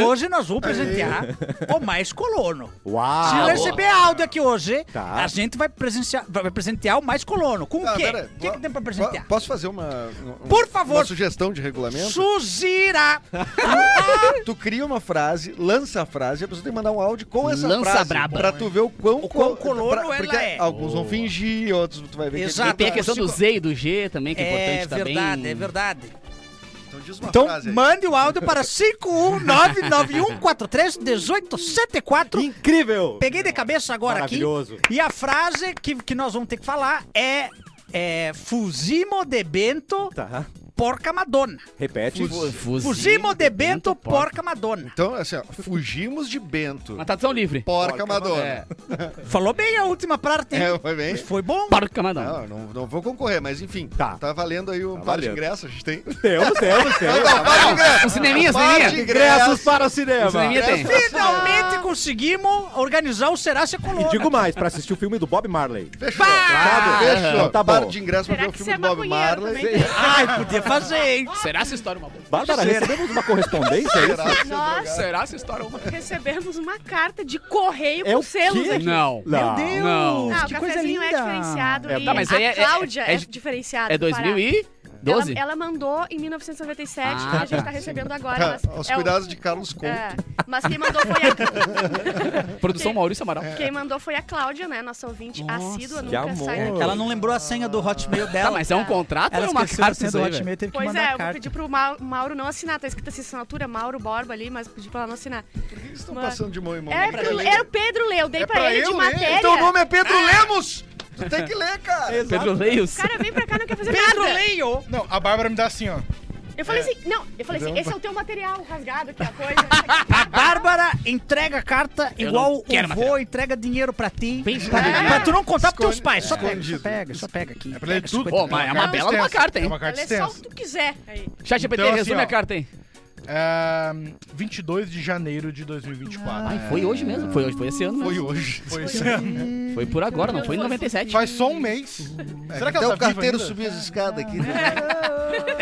hoje nós vamos presentear o mais colono.
Ah,
Se
Uau!
receber áudio aqui hoje,
Tá.
a gente vai, presenciar, vai presentear o mais colono. Com o
Tá,
quê?
pera aí.
O que, que tem pra
Po-
presentear?
Posso fazer uma, um-
Por favor.
uma sugestão de regulamento?
Suzira!
tu cria uma frase, lança a frase, e a pessoa tem que mandar um áudio com essa
Lança
frase.
braba.
Pra tu ver o quão,
O quão colono ela
porque
é.
Alguns vão fingir, outros tu vai ver
Exato.
E tem a
que é
questão do Z e do G também, que é,
É
importante também.
verdade, é verdade.
Então diz uma
Então,
frase aí.
mande o áudio para 51991431874.
Incrível!
Peguei de cabeça agora aqui.
Maravilhoso.
E a frase que, que nós vamos ter que falar é. É. Fuzimo de Bento,
Tá.
porca Madonna.
Repete.
Fuzimo,
Fuzimo de Bento, porca Madonna.
Então, assim, ó, fugimos de Bento.
Uma tradução tá livre.
Porca
é.
Madonna.
Falou bem a última parte. hein?
É, foi bem.
Foi bom.
Porca Madonna.
Não, não, não vou concorrer, mas enfim.
Tá.
valendo aí um
Tá
par de
valendo.
ingressos, a gente tem.
Temos, temos, temos.
Tá
Um cineminha, um
Par de
Ingressos
cineminha.
ingressos.
para o cinema.
Um cineminha tem.
Finalmente conseguimos organizar o Será Se
E
Colônia.
digo mais, pra assistir o filme do Bob Marley.
Fechou.
Claro.
Fechou.
Então tá
Par
bom.
de ingressos pra
Será
ver o
que
filme
você
do
é
Bob
maconheiro
Marley.
também?
Ai, podia fazer, hein?
Será essa história uma boa?
Bárbara, recebemos uma correspondência aí?
Será que você é
Nós
Será essa história uma
recebemos uma carta de correio
É
com
o
selos
quê?
aqui.
Não.
Não.
Meu Deus.
Não.
Ah, o
que coisa
cafezinho é
linda.
diferenciado
É,
e
tá,
mas
a
aí é- é-
Cláudia
é-
é, diferenciada.
É
do Pará.
2012?
Ela, ela mandou em 1997,
Ah,
a gente
tá.
tá recebendo agora. mas
Aos
é o-
cuidados de Carlos Couto.
É, mas quem mandou foi a...
Produção Maurício Amaral.
quem mandou foi a Cláudia, né? Nossa ouvinte
Nossa,
assídua,
que
nunca sai
amor.
daqui.
É, Ela não lembrou a senha do Hotmail dela.
Tá, mas é um contrato
Ela
ou é uma
esqueceu a
carta
senha
isso aí,
do
velho?
Hotmail, teve que
Pois
mandar
é, eu vou
carta.
pedir pro Mau- Mauro não assinar. Tá escrito assim, assinatura Mauro Borba ali, mas pedi pra ela não assinar.
Por que eles estão
Mano.
passando de mão em mão?
É,
Pra
pro-
ler.
era o Ah, Pedro Leu, dei
É
pra ele de
eu ler.
matéria.
Então o nome é Pedro Lemos. Tu tem que ler, cara.
Pedro Leios.
Cara, vem pra cá, não quer fazer
Pedro
nada.
Leio.
Não, a Bárbara me dá assim, ó.
Eu falei assim, não, eu falei assim,
Não.
esse é o teu material rasgado aqui, a coisa.
A Bárbara entrega a carta
Eu
igual
não quero
o vô entrega dinheiro pra ti.
Pensa.
pra,
É.
pra tu não contar pros teus
Esconde-
pais. Só pega, só
escondido.
pega, só pega aqui.
É pra ler
Pega
tudo.
50.
Pô, mas é uma bela de uma
extensa.
carta, hein?
É uma carta
Lê só o
extensa.
que tu quiser. Aí.
Chat GPT,
Então, assim,
resume a
ó.
carta, hein?
É, 22 de janeiro de 2024.
Ai, foi hoje mesmo. Foi hoje, foi esse ano
Foi
mesmo.
hoje.
É. Foi esse ano.
Foi por agora, não foi em 97.
Faz só um mês. Será que
Até
ela
o
tá viva
carteiro
ainda?
subiu as escadas aqui. né?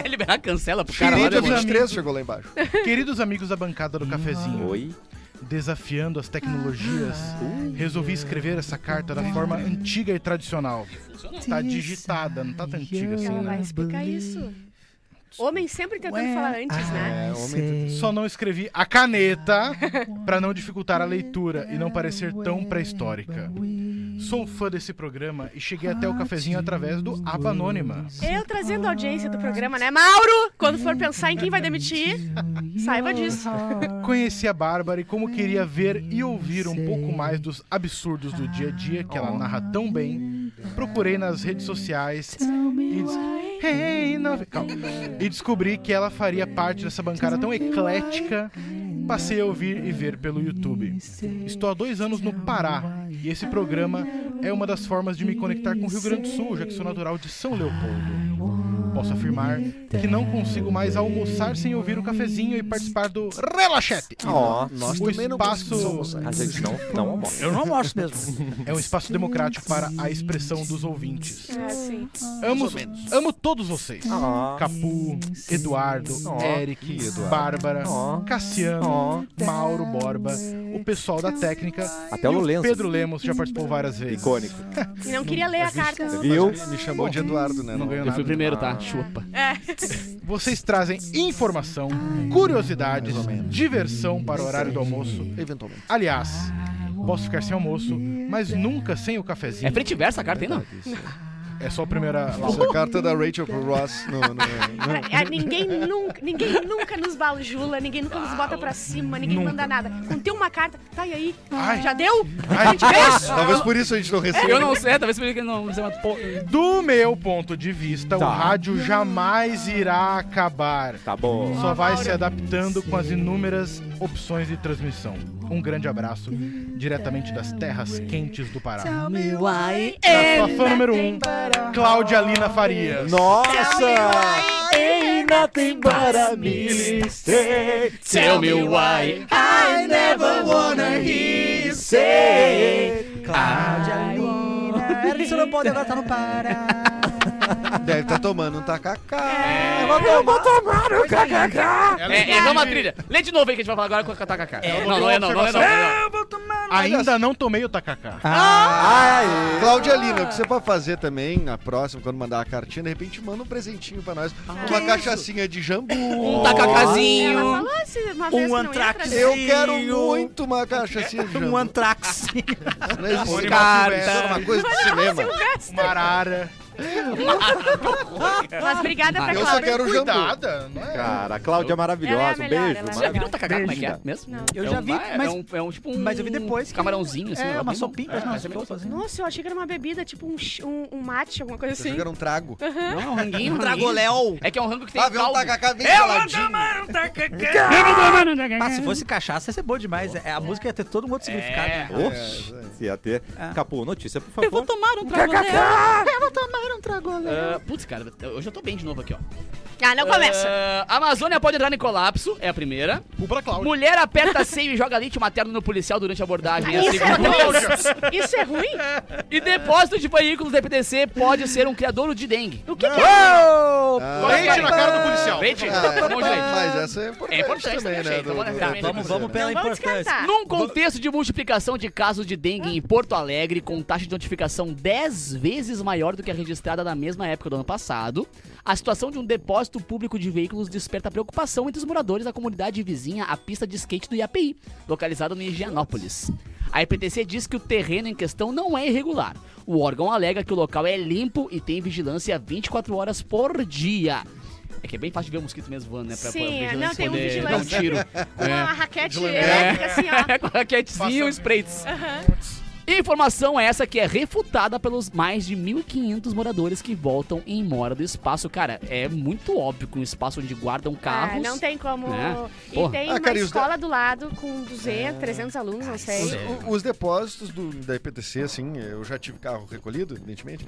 É liberar cancela pro cara lá.
Querido,
olha,
a
mano.
23 chegou lá embaixo. É
Queridos amigos da bancada do cafezinho,
Oi.
desafiando as tecnologias, resolvi escrever essa carta da forma antiga e tradicional. Tá digitada, não tá tão antiga assim,
Ela vai
né?
explicar isso. Homem sempre tentando
Ué,
falar antes, né?
É, homem.
Só não escrevi a caneta pra não dificultar a leitura e não parecer tão pré-histórica. Sou um fã desse programa e cheguei até o cafezinho através do Aba Anônima.
Eu trazendo a audiência do programa, né? Mauro, quando for pensar em quem vai demitir, saiba disso.
Conheci a Bárbara e como queria ver e ouvir um pouco mais dos absurdos do dia a dia que ela narra tão bem, procurei nas redes sociais e, des- Hey, no- Calma. e descobri que ela faria parte dessa bancada tão eclética. Passei a ouvir e ver pelo YouTube. Estou há dois anos no Pará e esse programa é uma das formas de me conectar com o Rio Grande do Sul, já que sou natural de São Leopoldo. posso afirmar que não consigo mais almoçar sem ouvir o cafezinho e participar do Relaxete.
Ó,
Nós
o
também não
espaço
a gente não, não almoça.
Eu não almoço mesmo.
é um espaço democrático para a expressão dos ouvintes.
É, sim.
Amo, amo todos vocês.
Ah.
Ó,
Capu, Eduardo,
Ó,
Eric,
Eduardo.
Bárbara,
Ó.
Cassiano, Mauro Borba, o pessoal da técnica.
Até o
e
Lourenço.
Pedro Lemos já participou várias vezes.
icônico.
E não queria ler a carta.
Viu?
Me chamou de Eduardo, né?
Não ganhou
Eu
nada.
fui o primeiro, tá? Chupa.
É.
Vocês trazem informação, curiosidades, diversão para o horário do almoço.
Eventualmente.
Aliás, posso ficar sem almoço, mas nunca sem o cafezinho.
É frente e versa a carta, hein, não?
É só a primeira. lá.
Essa carta é da Rachel pro Ross no, no-
Cara,
no-
é, ninguém nunca, ninguém nunca nos baljula, ninguém nunca nos bota pra cima, ninguém
Nunca.
manda nada. Contei uma carta, tá e aí?
Ai.
Já deu?
Ai.
A gente fez?
Talvez por isso a gente não receba.
Eu não sei, talvez por isso que ele não seja uma porra.
Do meu ponto de vista,
Tá.
o rádio jamais irá acabar.
Tá bom.
Só vai se adaptando com as inúmeras opções de transmissão. Um grande abraço, diretamente das terras quentes do
É
Pará. Da sua fã número 1, um, Cláudia Lina Farias.
Nossa!
é
Ain't nothing but a mistake. Tell me why I never wanna hear say.
Isso não pode, agora tá no Pará.
Deve estar tomando um tacacá.
um
Eu vou tomar o kkk!
Ela
É, é,
inclusive,
vamos à trilha. Lê de novo aí que a gente vai falar agora com a KKK.
eu
não,
vou
não
ter
é
uma
não, não é não. é não.
Ainda não tomei o tacacá.
Ai,
Cláudia Lina, o que você pode fazer também na próxima, quando mandar a cartinha, de repente manda um presentinho pra nós. uma cachaçinha de jambu.
Um
Ela
tacacazinho.
falou assim uma vez
Um
que não né? ia
antrax.
trazer.
Eu quero muito uma cachaçinha de
Um
jambu.
antrax.
Não existe assim, é
Carta.
uma coisa de cinema.
Uma arara.
Mas obrigada pra
Eu só
Cláudia.
quero jambu.
Cuidada, não é?
Cara, Cláudia maravilhosa.
Ela é a
Um
melhor,
beijo.
ela é a
Você já viu
maravilhoso.
o tacacá como é que é mesmo?
Não.
Eu
É
já
um
vi,
ba-
mas-
É um, é um tipo um.
mas eu vi depois que-
Camarãozinho, assim.
É,
né?
uma
Bem bom.
sopinha, parece
É,
uma
mas é bem
sopa, assim.
Nossa, eu achei que era uma bebida, tipo um, ch- um, um mate, alguma coisa
Vocês
assim.
jogaram um trago.
gostoso. Não, é um ranguinho. Um
Tragoléu.
É que é um rango que tem
Ah, vê um
caldo.
tacacá bem
Eu vou
geladinho.
tomar um tacacá.
Ah, se fosse cachaça, ia ser boa demais. É, A música ia ter todo um outro significado.
É.
Oxi, se ia ter.
Ah.
Capu, notícia, por
Eu vou
favor.
tomar um tragoléu. Eu vou tomar um tragoléu. putz, cara, hoje eu tô bem de novo aqui, ó.
Ah, não começa.
Ah, Amazônia pode entrar em colapso, é a primeira.
Culpa da Cláudia.
Mulher aperta seio e joga leite materno no policial durante a abordagem. É a
Isso é
segunda.
ruim? Isso é ruim?
E depósito de veículos da EPTC pode ser um criador de dengue.
O que, que é?
Uou!
Leite na cara do policial.
Leite?
Ah,
Tá bom, gente.
mas essa é importante,
É importante
também,
também,
né?
gente.
do-
Vamos
do-
lembrar,
do-
Vamos, vamos pela
Não vamos
importância.
descartar.
Num contexto de multiplicação de casos de dengue em Porto Alegre, com taxa de notificação 10 vezes maior do que a registrada na mesma época do ano passado, a situação de um depósito público de veículos desperta preocupação entre os moradores da comunidade vizinha à pista de skate do IAPI, localizada no Higienópolis. A EPTC diz que o terreno em questão não é irregular. O órgão alega que o local é limpo e tem vigilância 24 horas por dia. É que é bem fácil de ver o mosquito mesmo voando, né? Pra
Sim,
pra
é.
vigilância
Não, tem um
poder
vigilante.
dar um tiro.
Com
É.
uma raquete
É.
elétrica, assim, ó.
Com um
um
raquetezinho e os spritz. Informação essa que é refutada pelos mais de 1.500 moradores que voltam em mora do espaço. Cara, é muito óbvio que um espaço onde guardam carros.
É, não tem como.
né?
E
Porra.
tem
Ah,
uma
cara, e os
escola do lado com 200, 300 alunos, não sei.
Os, o- os depósitos do, da IPTC, assim, eu já tive carro recolhido, evidentemente.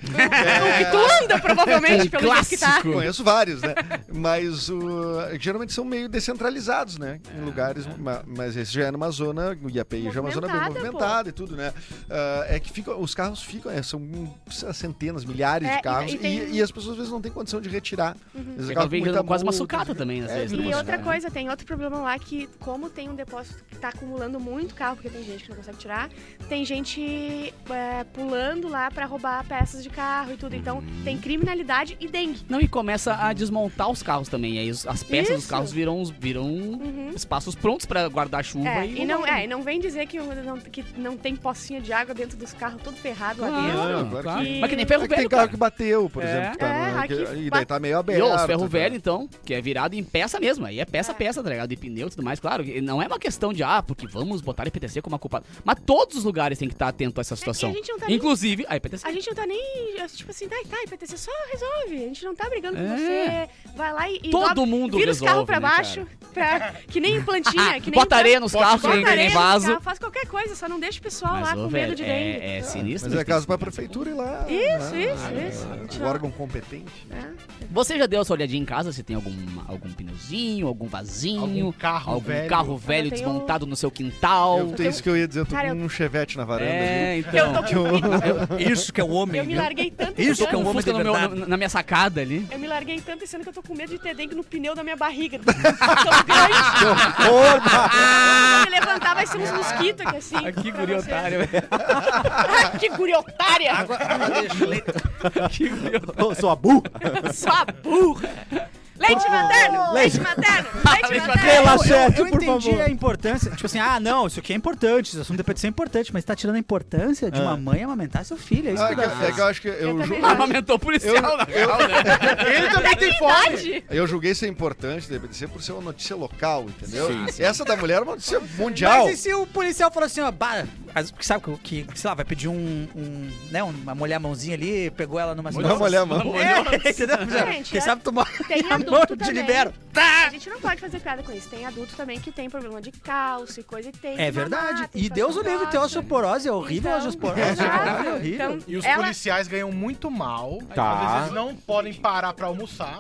O
É,
que tu anda, provavelmente,
É. Um
pelo jeito que tá.
clássico.
Conheço vários, né? Mas o, geralmente são meio descentralizados, né? Em
É,
lugares. ma- Mas esse já é numa zona. O IAPI já é uma zona bem
Movimentada, pô.
movimentada e tudo, né? Ah, é que ficam, os carros ficam, é, são hum, centenas, milhares
É,
de
e-
carros. E,
e tem- Uhum.
e as pessoas às vezes não têm condição de retirar. Eles
É que
acabam
ela vem
com muita
dando quase uma
multa.
sucata também nessa
É,
vez,
E
né?
outra coisa, tem outro problema lá que, como tem um depósito que tá acumulando muito carro, porque tem gente que não consegue tirar, tem gente é, pulando lá pra roubar peças de carro e tudo. Então, tem criminalidade e dengue.
Não, e começa a desmontar os carros também. E aí os- as peças dos
Isso.
carros viram, os- viram
Uhum.
espaços prontos pra guardar chuva.
É,
e
e não, é, e não vem dizer que não, que não tem pocinha de água dentro dos carros, todo ferrado lá dentro.
Claro,
claro
claro.
que-
Mas que nem
É
ferro
que tem
velho,
carro
cara.
que bateu, por
É.
exemplo. que
É,
no-
aqui
que- e daí
bate-
tá meio
E
aberto.
ó, os ferro
né?
velho, então, que é virado em peça mesmo. Aí é peça, peça, tá ligado? E pneu e tudo mais, claro. E Não é uma questão de, ah, porque vamos botar a IPTC como a culpada. Mas todos os lugares têm que estar atento a essa situação.
a gente não tá nem-
Inclusive a IPTC.
A gente não tá nem, tipo assim, tá, tá, IPTC, só resolve. A gente não tá brigando com
É.
você. Vai lá e. e
Todo
dobra-
mundo
Vira os carros
resolve,
pra
né,
baixo, pra, que nem plantinha,
Ah,
que nem.
bota areia nos
Bota
carros,
Bota
que nem
areia nos
vaso.
carros, Faz qualquer coisa, só não deixa o pessoal
Mas,
lá
ô,
com medo de dengue.
É, é sinistro.
Mas é caso pra prefeitura ir lá.
Isso,
né?
isso, isso.
O órgão competente. né?
É.
Você já deu essa olhadinha em casa? Se tem algum, algum pneuzinho, algum vasinho,
Algum carro
algum
velho.
carro velho
Eu tenho-
desmontado no seu quintal?
Eu tenho isso que eu ia dizer, eu tô
então Cara,
com um chevette na varanda. ali.
É,
Eu,
então.
tô com-
Isso que é o homem.
eu me larguei tanto esse
Isso que é
ano,
um fusca no meu, na- na minha sacada ali.
Eu me larguei tanto esse ano que eu tô com medo de ter dengue no pneu da minha barriga. Tão grande. Quando eu me levantar, vai ser uns mosquitos aqui assim.
Que
pra
guri
vocês.
otário,
Ah, que guri otária!
Que guri otário.
Ô, sua bu!
Sua burra! Leite materno! Leite materno! Leite
Leite
materno!
materno.
É, eu,
Relaxete,
eu
por
entendi
favor.
a importância. Tipo assim, ah, não, isso aqui é importante, esse assunto deve ser importante, mas tá tirando a importância de
Ah.
uma mãe amamentar seu filho. É isso
Ah,
que
é,
dá.
que, é que eu acho é que eu,
também
ju-
acho.
Amamentou o policial,
Eu-
na real, né?
Ele também tem fome.
Idade!
eu julguei ser importante, deve ser por ser uma notícia local, entendeu? Essa da mulher é uma notícia mundial.
Mas e se o policial falar assim, ó, bah, as- porque sabe que, que, sei lá, vai pedir um, um né, uma mulher mãozinha ali, pegou ela numa...
Não é mulher, mano.
É, entendeu?
Gente,
Quem
é-
sabe tu morre
Tem
a
adulto
mão te
também.
libera.
A gente não pode fazer piada com isso. Tem adulto também que tem problema de calço e coisa e tem.
É
que mamar,
verdade.
tem que
E
fazer
Deus o livre,
troço.
tem osteoporose, é horrível a
Então,
osteoporose.
exato.
É horrível.
Então,
E os
ela-
policiais ganham muito mal.
Tá.
Às vezes não podem parar pra almoçar.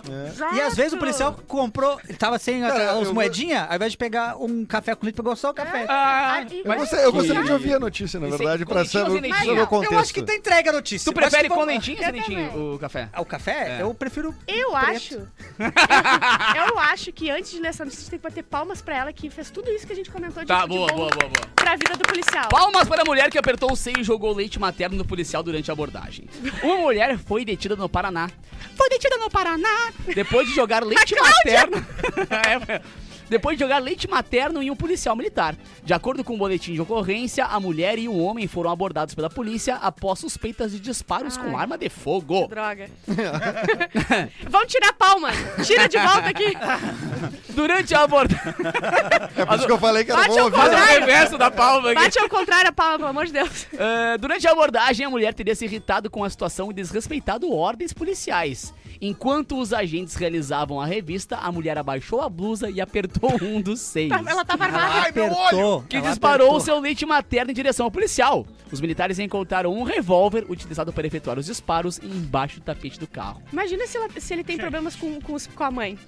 E às vezes o policial comprou, ele tava sem as-
Cara,
as
eu-
moedinhas, ao invés de pegar um café com leite, pegou só o café.
Ah, e-
Eu gostaria, eu
e-
gostaria de ouvir a notícia, na
Isso aí,
verdade, pra
coletiva
saber
sem
o-
lei.
saber o
Eu
contexto.
Eu acho que tá entregue a notícia.
Tu
Eu acho
prefere
que
com
vamos-
lentinho ou
Eu
sem lentinho
também.
o café?
Ah, O café?
É.
Eu prefiro.
Eu
preto.
acho. eu acho que antes de ler essa notícia, tem que bater palmas pra ela que fez tudo isso que a gente comentou de
Tá,
de
boa,
bom
boa, boa, boa.
Pra vida do policial.
Palmas para a mulher que apertou o seio e jogou leite materno no policial durante a abordagem. Uma mulher foi detida no Paraná. Foi detida no Paraná! Depois de jogar leite materno. É, foi. Depois de jogar leite materno em um policial militar. De acordo com o boletim de ocorrência, a mulher e o homem foram abordados pela polícia após suspeitas de disparos com
Ai.
arma de fogo.
Droga. Vão tirar palmas. Tira de volta aqui.
Durante a abordagem.
É por isso que eu falei que era
Bate
bom
ao
ouvir.
contrário.
né?
o reverso da palma aqui.
Bate ao contrário a palma, pelo amor de Deus.
Ah, durante a abordagem, a mulher teria se irritado com a situação e desrespeitado ordens policiais. Enquanto os agentes realizavam a revista, a mulher abaixou a blusa e apertou um dos seis.
Tá- Ela tava armada.
Ai, meu olho!
Apertou.
Que
Ela
disparou
apertou.
o seu leite materno em direção ao policial. Os militares encontraram um revólver utilizado para efetuar os disparos embaixo do tapete do carro.
Imagina se, ela- se ele tem problemas com, com, os- com a mãe.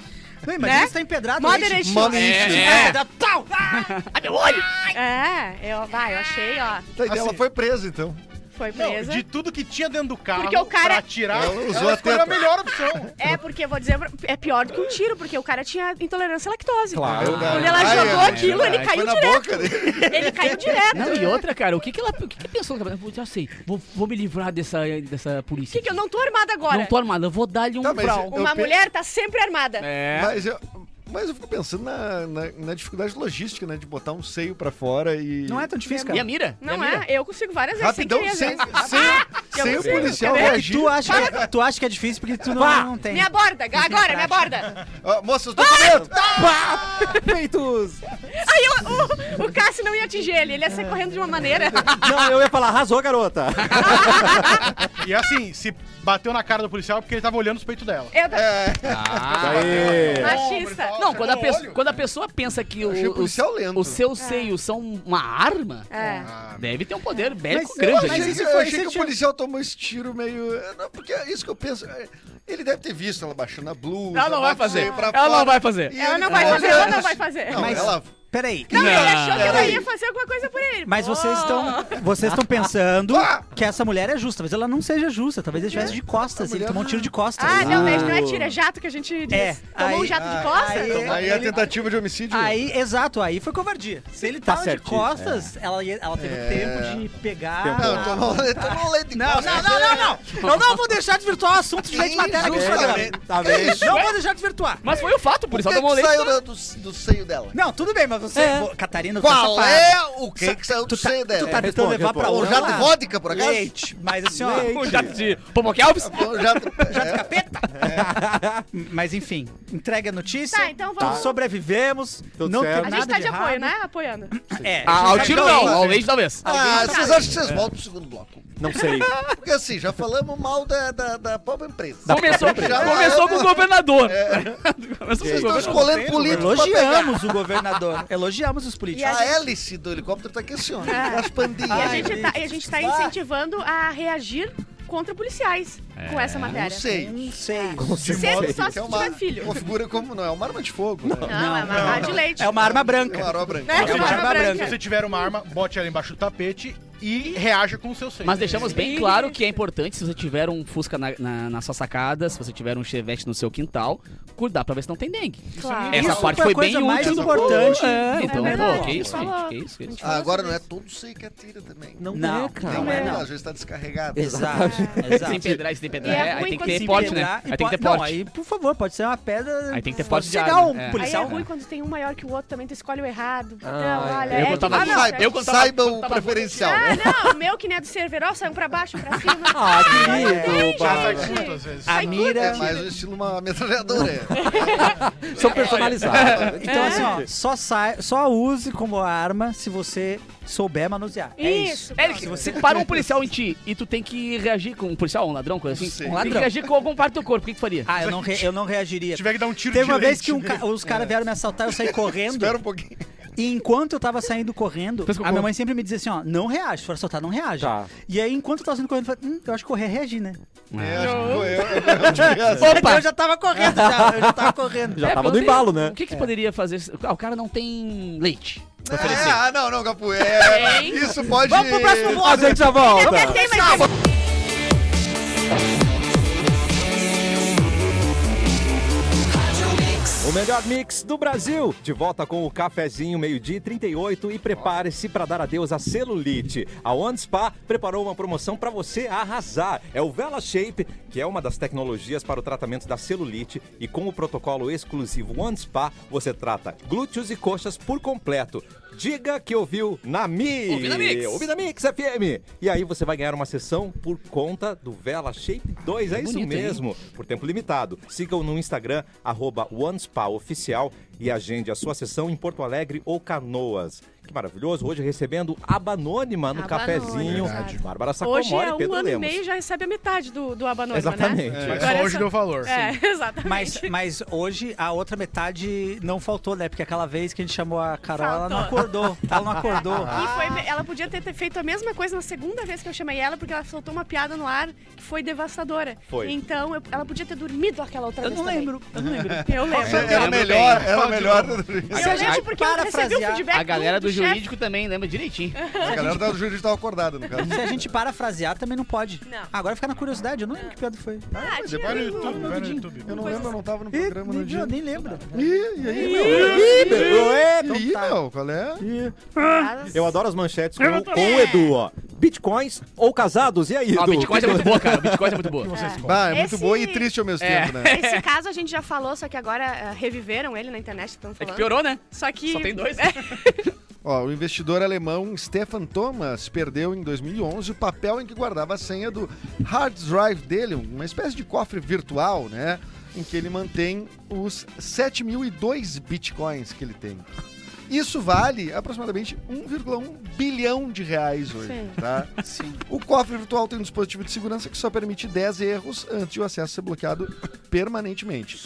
Não, imagina
né?
se tá empedrado.
Moda
leite.
Erechim.
Mano,
É.
Tá, tal.
Ai, meu olho!
É, eu, vai, eu achei, ó.
Tá, e Ela
Assim.
foi presa, então.
Foi
Não,
presa.
de tudo que tinha dentro do carro
Porque o cara-
pra tirar,
Tá? Ela
ela,
usou a
escolheu a
teta.
melhor opção.
É, porque eu vou dizer, é pior do que um tiro, porque o cara tinha intolerância à lactose.
Claro.
Quando ela
Ai,
jogou
ai, é
aquilo,
ai,
ele
ai,
Foi
caiu
na
direto.
boca dele.
Ele caiu direto.
Não, e outra, cara, o que que ela o que que pensou? na cabeça? Já sei, vou, vou me livrar dessa, dessa
O
polícia.
que, que eu não tô armada agora?
Não tô armada, eu vou dar-lhe um
Tá, mas
brau.
eu
Uma
pe-
mulher tá sempre armada.
É.
Mas eu, mas eu fico pensando na, na, na dificuldade logística, né? De botar um seio pra fora e.
Não é tão difícil,
E a
cara.
mira?
Não
e a mira?
é? Eu consigo várias vezes.
Rapidão,
querer, né? às
sem,
vezes.
sem,
eu
sem o
consigo,
policial
Ah, quer ver?
É que
reagir.
tu acha, tu acha que é difícil porque tu não, não tem.
Me aborda, agora, me aborda.
Ó, moça, os documentos!
Feitos!
Aí eu- o, o Cássio não ia atingir ele, ele ia sair correndo de uma maneira.
Não, eu ia falar, arrasou, garota!
E assim, se bateu na cara do policial é porque ele tava olhando os peitos dela.
Eu,
É.
Ah.
Aê!
É. Machista.
Não,
Tá
quando a, pessoa, quando a pessoa pensa que o,
Achei o
os,
policial lento.
os seus seios são uma arma,
É.
deve ter um poder bélico
Mas-
grande.
mas
ali.
achei,
isso
que,
foi-
É. eu achei
isso
que o
tinha-
policial tomou esse tiro meio. é, não, porque é isso que eu penso. é, Ele deve ter visto ela baixando a blusa.
Ela não vai
bota o
fazer.
seio pra
Ela não
fora,
vai fazer.
e
Ela
ele
não vai
olha-
fazer, ela não vai fazer.
Não,
Mas-
ela.
Peraí.
Não, ele achou que ela é
peraí.
ia fazer alguma coisa por ele. Oh.
Mas vocês
Pô.
estão vocês estão pensando
Ah!
que essa mulher é justa. Talvez ela não seja justa. Talvez ele estivesse de costas.
A
Ele
mulher é
tomou um
não-
tiro de costas.
Ah, não, mas não é tiro, é jato que a gente diz.
É,
Tomou um
aí-
jato de
ah,
costa?
aí-
Aí a
Ele-
tentativa de homicídio.
Aí, exato, aí foi covardia. Se ele tava de
certinho,
costas, ela, ia- ela teve
Tá É.
tempo de pegar.
Tempo.
Não, tomou, tomou um leite.
Não, não, não, não, não. Eu não vou deixar desvirtuar o assunto de leite materno aqui no programa.
Injustamente.
Tá vendo?
Não vou deixar desvirtuar.
Mas foi o fato, o policial
O que
tomou
que
leite.
saiu do, do- do seio dela?
Não, tudo bem, mas você.
É.
Pô, Catarina, você
Qual
safada.
é o que, que saiu do
Tu tá,
seio
tu
dela?
tá tentando
responde,
levar pra
responde.
Um
outra.
jato de vodka, por acaso?
Leite, mas assim, ó.
Um jato de Pomoc Alves.
Um jato- é.
Capeta! Mas enfim, entregue a notícia.
Tá, então vamos.
Todos sobrevivemos.
Tudo
não
certo.
A
teve
gente
nada
tá de
errado.
apoio, né? Apoiando.
É,
Ah, ao
sabe
tiro
que
não,
alguém- tá
ao leite talvez.
Ah,
não
vocês
sabe.
acham que vocês voltam pro segundo bloco?
Não sei.
Porque assim, já falamos mal da, da, da pobre empresa.
Começou,
tá Já- É.
começou com o governador. Começou com o
Vocês estão
governador.
escolhendo político pra pegar. Ah, é?
Elogiamos o governador. Elogiamos os políticos.
A hélice do helicóptero tá aqui assim, ó.
É.
As pandinhas.
E a, gente tá, e a gente tá incentivando a reagir contra policiais com essa
Não
matéria.
sei.
Hum.
Um seis.
Sempre só se tiver
é uma,
filho.
uma figura como não, é uma arma de fogo. Não.
Não, é uma arma de leite.
É uma arma
É uma
branca.
arma branca.
Né?
Se
É uma
você
arma
tiver-
branca.
Se você tiver uma arma, bote ela embaixo do tapete e reaja com o seu seio.
Mas deixamos bem claro que é importante, se você tiver um Fusca na, na- na sua sacada, se você tiver um Chevette no seu quintal, cuidar pra ver se não tem dengue.
Claro.
Essa
Isso
parte
foi a
foi
coisa
bem
mais
útil.
importante.
É, então,
É
pô,
verdade,
que isso,
a gente
gente,
falou.
que isso, que isso.
Ah, agora não é todo sei que atira também.
Não,
Não é,
Não.
não. Às vezes tá descarregado.
Exato.
Sem
Exato.
pedrar, sem pedrar.
E é
É, aí
ruim
tem que
quando
ter
se
porte, né?
pedrar,
Aí
e
tem que ter
po- não,
porte.
aí, por favor, pode ser uma pedra.
Aí tem que ter porte de
Chegar
arma,
um
é.
Aí é
policial.
ruim quando tem um maior que o outro também, tu escolhe o errado.
Ah,
não, olha,
eu
é
botava-
que-
Ah, não.
Ah,
Eu
Eu
contava,
contava-
Saiba o
contava-
preferencial.
não, o meu que nem é do cerveiro, ó, sai um pra baixo, um pra cima.
Ah, querido.
Já né? sai né? curto, às vezes.
Ah,
A
É
mira.
mais um estilo uma metralhadora. é.
É.
São personalizados.
Então,
É.
assim, ó, só, sai, só use como arma se você souber manusear. É isso.
Isso.
Eric, você para um policial em ti e tu tem que reagir com um policial, um ladrão, coisa assim.
Não sei.
Um ladrão. Tem que reagir com algum parte do corpo. O que que tu faria?
Ah, eu não, re- eu não reagiria.
Se tiver que dar um tiro
Teve
de É.
uma vez
leite
que um
nele.
ca- os caras vieram me assaltar, eu saí correndo.
Espera um pouquinho.
E enquanto eu tava saindo correndo,
Pensa que eu
a minha
corro.
mãe sempre me dizia assim, ó, não reage, se for assaltar, não reage.
Tá.
E aí, enquanto eu tava saindo correndo, eu falei, hum, eu acho que correr reagir, né?
É, acho que foi eu. eu tive essa.
Opa! Eu já tava correndo, já, eu já tava correndo.
Já tava
quando
no
tem-
embalo, né?
É, O que, que tu poderia fazer? se- Ah, o cara não tem leite.
É, ah, não, não, Capu. É, isso pode. é
Vamos pro próximo bloco.
A gente já volta.
é Tem mais
O melhor mix do Brasil. De volta com o cafezinho meio-dia e 38 e prepare-se para dar adeus à celulite. A One Spa preparou uma promoção para você arrasar. É o Vela Shape, que é uma das tecnologias para o tratamento da celulite e com o protocolo exclusivo One Spa, você trata glúteos e coxas por completo. Diga que ouviu na Mi.
Ouvi na Mix.
Ouvi na Mix FM. E aí você vai ganhar uma sessão por conta do Vela Shape 2. É isso
bonito, hein?
mesmo mesmo, por tempo limitado. Sigam no Instagram, arroba OneSpaOficial e agende a sua sessão em Porto Alegre ou Canoas. Que maravilhoso, hoje recebendo Aba Anônima no
Aba
cafezinho.
Anônima, exato.
Bárbara Sacomori
Hoje é
e Pedro
um ano e
Lemos.
meio já recebe a metade do, do Abanônima,
Exatamente.
né?
É,
Agora
só
é
hoje deu valor.
É, exatamente.
Mas, mas hoje a outra metade não faltou, né? Porque aquela vez que a gente chamou a Carol, ela não acordou. Ela não acordou.
E foi- ela podia ter ter feito a mesma coisa na segunda vez que eu chamei ela, porque ela soltou uma piada no ar que foi devastadora.
Foi.
Então, eu- ela podia ter dormido aquela outra
Eu
vez
não
também.
lembro, eu não lembro.
Eu lembro.
Era
lembro
melhor,
bem.
era melhor.
Eu lembro porque eu recebi o
parafrasear
feedback
A galera do
um chefe.
jurídico também lembra direitinho.
A galera tá, do jurídico tava acordada, no caso.
Se a gente parafrasear, também não pode.
Não.
Agora fica na curiosidade, eu não lembro que piada foi.
Ah, tinha
Vai no
um-
YouTube, vai no YouTube.
Eu não lembro, eu não tava Tá no
Ih,
programa no
nem,
dia. tá.
eu nem lembro.
Ih, e aí, meu?
Então
Ih,
tá.
meu, qual é?
Eu adoro as manchetes com, com o Edu, ó. Bitcoins ou casados, e aí, Edu?
Ó, Bitcoin é muito boa, cara. Bitcoin é muito boa.
Bah, é muito
Esse-
boa e triste ao mesmo tempo, né?
Esse caso a gente já falou, só que agora ah, reviveram ele na internet, estão
É que
falando.
piorou, né?
Só que. É.
Só tem dois.
Ó, o investidor alemão Stefan Thomas perdeu em 2011 o papel em que guardava a senha do hard drive dele, uma espécie de cofre virtual, né? Em que ele mantém os 7.002 bitcoins que ele tem. Isso vale aproximadamente 1,1 bilhão de reais hoje,
Sim.
tá? Sim. O cofre virtual tem um dispositivo de segurança que só permite 10 erros antes de o acesso ser bloqueado permanentemente.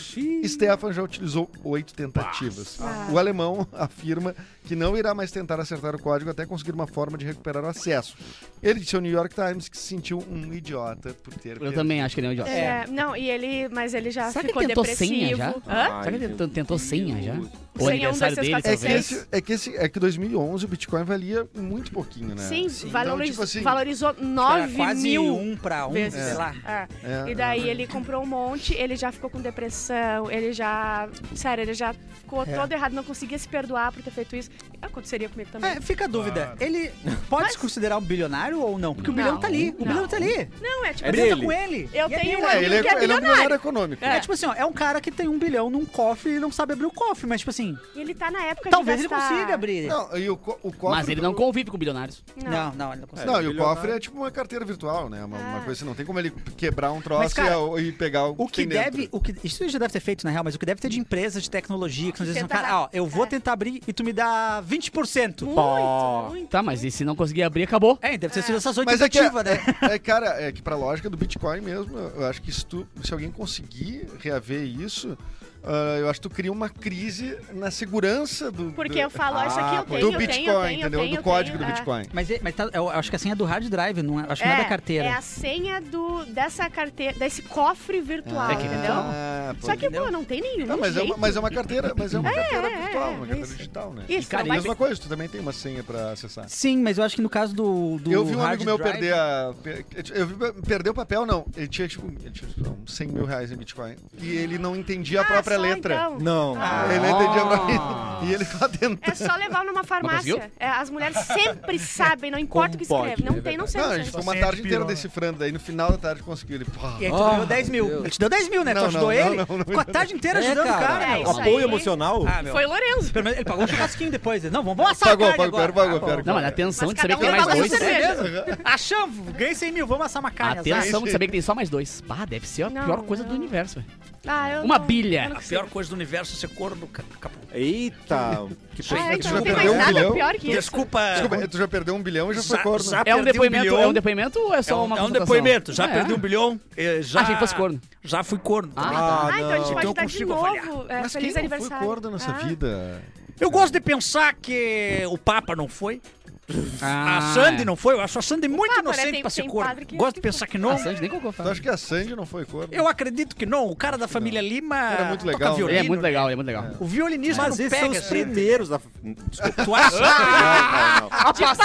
Stefan já utilizou oito tentativas. O alemão afirma que não irá mais tentar acertar o código até conseguir uma forma de recuperar o acesso. Ele disse ao New York Times que se sentiu um idiota por ter
Eu
perdido.
também acho que ele é um idiota.
É, não, e ele. Mas ele já
Será que
ficou
ele tentou
depressivo.
senha já?
Ah,
Hã?
Será que ele tentou, tentou senha já? O
Senha, um,
aniversário
dois, três,
dele,
quatro,
É que,
talvez.
seis.
esse, é, que esse, é que 2011 o Bitcoin valia muito pouquinho, né?
Então,
Sim, valoriz-
tipo assim,
valorizou
Era
9
quase
mil.
um pra um,
vezes.
sei lá.
É.
É,
E daí ele comprou um monte, ele já ficou com depressão, ele já. Sério, ele já ficou
É.
todo errado, não conseguia se perdoar por ter feito isso. Aconteceria comigo também.
É, fica a dúvida,
Ah.
ele pode se considerar um bilionário ou não? Porque o bilhão
Não,
tá ali, o
não.
bilhão tá ali.
Não, é tipo.
O
É
bilhão tá
dele.
com ele.
Eu
E é
tenho
dele.
um
É,
amigo
ele é,
que é
ele é um
bilionário.
milionário econômico.
É tipo assim, ó, é um cara que tem um bilhão num cofre e não sabe abrir o cofre, mas tipo assim,
E ele tá na época
talvez
de
ele
gastar-
consiga abrir.
Não, e o, co- o cofre...
Mas ele não convive com bilionários.
Não.
Não, não, ele não consegue.
Não, e o cofre é tipo uma carteira virtual, né? Uma, uma
Ah.
coisa assim, não tem como ele quebrar um troço
Mas, cara,
e, e pegar o
O que
tem dentro.
deve, o que, isso ele já deve ter feito, na real, mas o que deve ter de empresa de tecnologia, que são dizem,
Tentar-
cara, ah, ó, eu vou
é.
tentar abrir e tu me dá 20%.
Muito, muito.
Tá, mas e se não conseguir abrir, acabou.
É, deve ter sido essas oito
Mas é que,
tentativas, né?
é, cara, é que pra lógica do Bitcoin mesmo, eu acho que se, tu- se alguém conseguir reaver isso, ah, eu acho que tu cria uma crise na segurança do.
Porque
do-
eu falo, "Ah, isso aqui eu
do
tenho, eu
Bitcoin,
tenho, eu tenho, eu
entendeu?
tenho,
do
eu
código
tenho,
do
é.
Bitcoin.
Mas, é- mas tá- eu acho que a senha é do hard drive, não é, acho que não é da carteira.
É a senha do, dessa carteira, desse cofre virtual,
É
Ah,
entendeu?
então,
pô,
Só que, pô, não tem nenhum.
Não, mas é, uma, mas é uma carteira, mas é uma carteira
é,
virtual,
é,
uma
é
carteira
isso.
digital, né?
Isso,
É
cara,
a
não vai
mesma coisa, tu também tem uma senha pra acessar.
Sim, mas eu acho que no caso do, do
eu vi um
hard
amigo meu
drive-
perder a. per- Eu vi perder o papel, não. Ele tinha, tipo, ele tinha, tipo, uns 100 mil reais em Bitcoin. E ele não entendia a
Ah,
própria
só
letra. Ah,
então.
Não.
Ele não entendia a própria. E ele tá
É
tentando.
só levar numa farmácia. É, as mulheres sempre sabem, não importa o que
Como pode,
escreve. Não
é
tem, não sei.
Não,
Não,
a
sei.
gente ficou uma
Senha de
tarde inteira
pirona.
decifrando, daí no final da tarde conseguiu. Ele, pá.
E aí tu deu 10 mil. Ele te deu 10 mil, né?
Oh, Não,
tu ajudou
não,
ele?
não, não, não.
Ficou a tarde inteira
É,
ajudando o
cara.
cara.
É,
meu.
isso
Apoio
aí.
emocional?
Ah, meu.
Foi o Lourenço.
Pelo menos ele pagou um churrasquinho depois. Ele, não, vamos assar
Pagou,
a carne
pagou,
agora.
pagou,
Ah,
pagou.
Não, mas a atenção
Mas
de saber
cada
que
um
tem mais
paga sua
dois.
É
cerveja.
mesmo? Achamos, ganhei 100 mil, vamos assar uma carne. assar.
Atenção de saber que tem só mais dois. Pá, deve ser a
Não,
pior coisa do
não.
universo. velho.
Ah, eu
Uma
não-
bilha.
eu não
A
consigo.
coisa do universo é ser corno, capô.
Eita, que
Ah, é,
pena.
então
Já
não tem
perdeu
mais
um
nada
bilhão?
pior que isso.
é
Desculpa, tu já perdeu um bilhão e já foi corno.
É um depoimento, é um depoimento ou é só uma
um
constatação? Ah, é? Ah,
bilhão. eh, Já,
Achei que fosse corno.
Já fui corno.
Ah,
também.
Ah, então a gente pode
Então
dar de
consigo
novo. é, feliz
Mas quem não foi
aniversário.
corno nessa
Ah.
vida?
Eu gosto de pensar que o Papa não foi.
tá. Ah,
a Sandy não foi. Eu acho a Sandy muito
Ah, é. Papa, né?
inocente
Tem-
pra ser
tem padre
corno.
que- Ah,
gosto
que
de pensar que
A
não.
Ah, Sandy nem colocou
Tu
fala.
acha que a Sandy não foi corno?
Eu acredito que não. O cara da família Lima.
Era muito legal.
toca
Ele
violino.
é muito legal, ele é muito legal.
O violinismo
Mas
não
esses são
pega.
os
assim.
primeiros da. Desculpa.
Tu acha?
Não, não, não.
Tipo,
A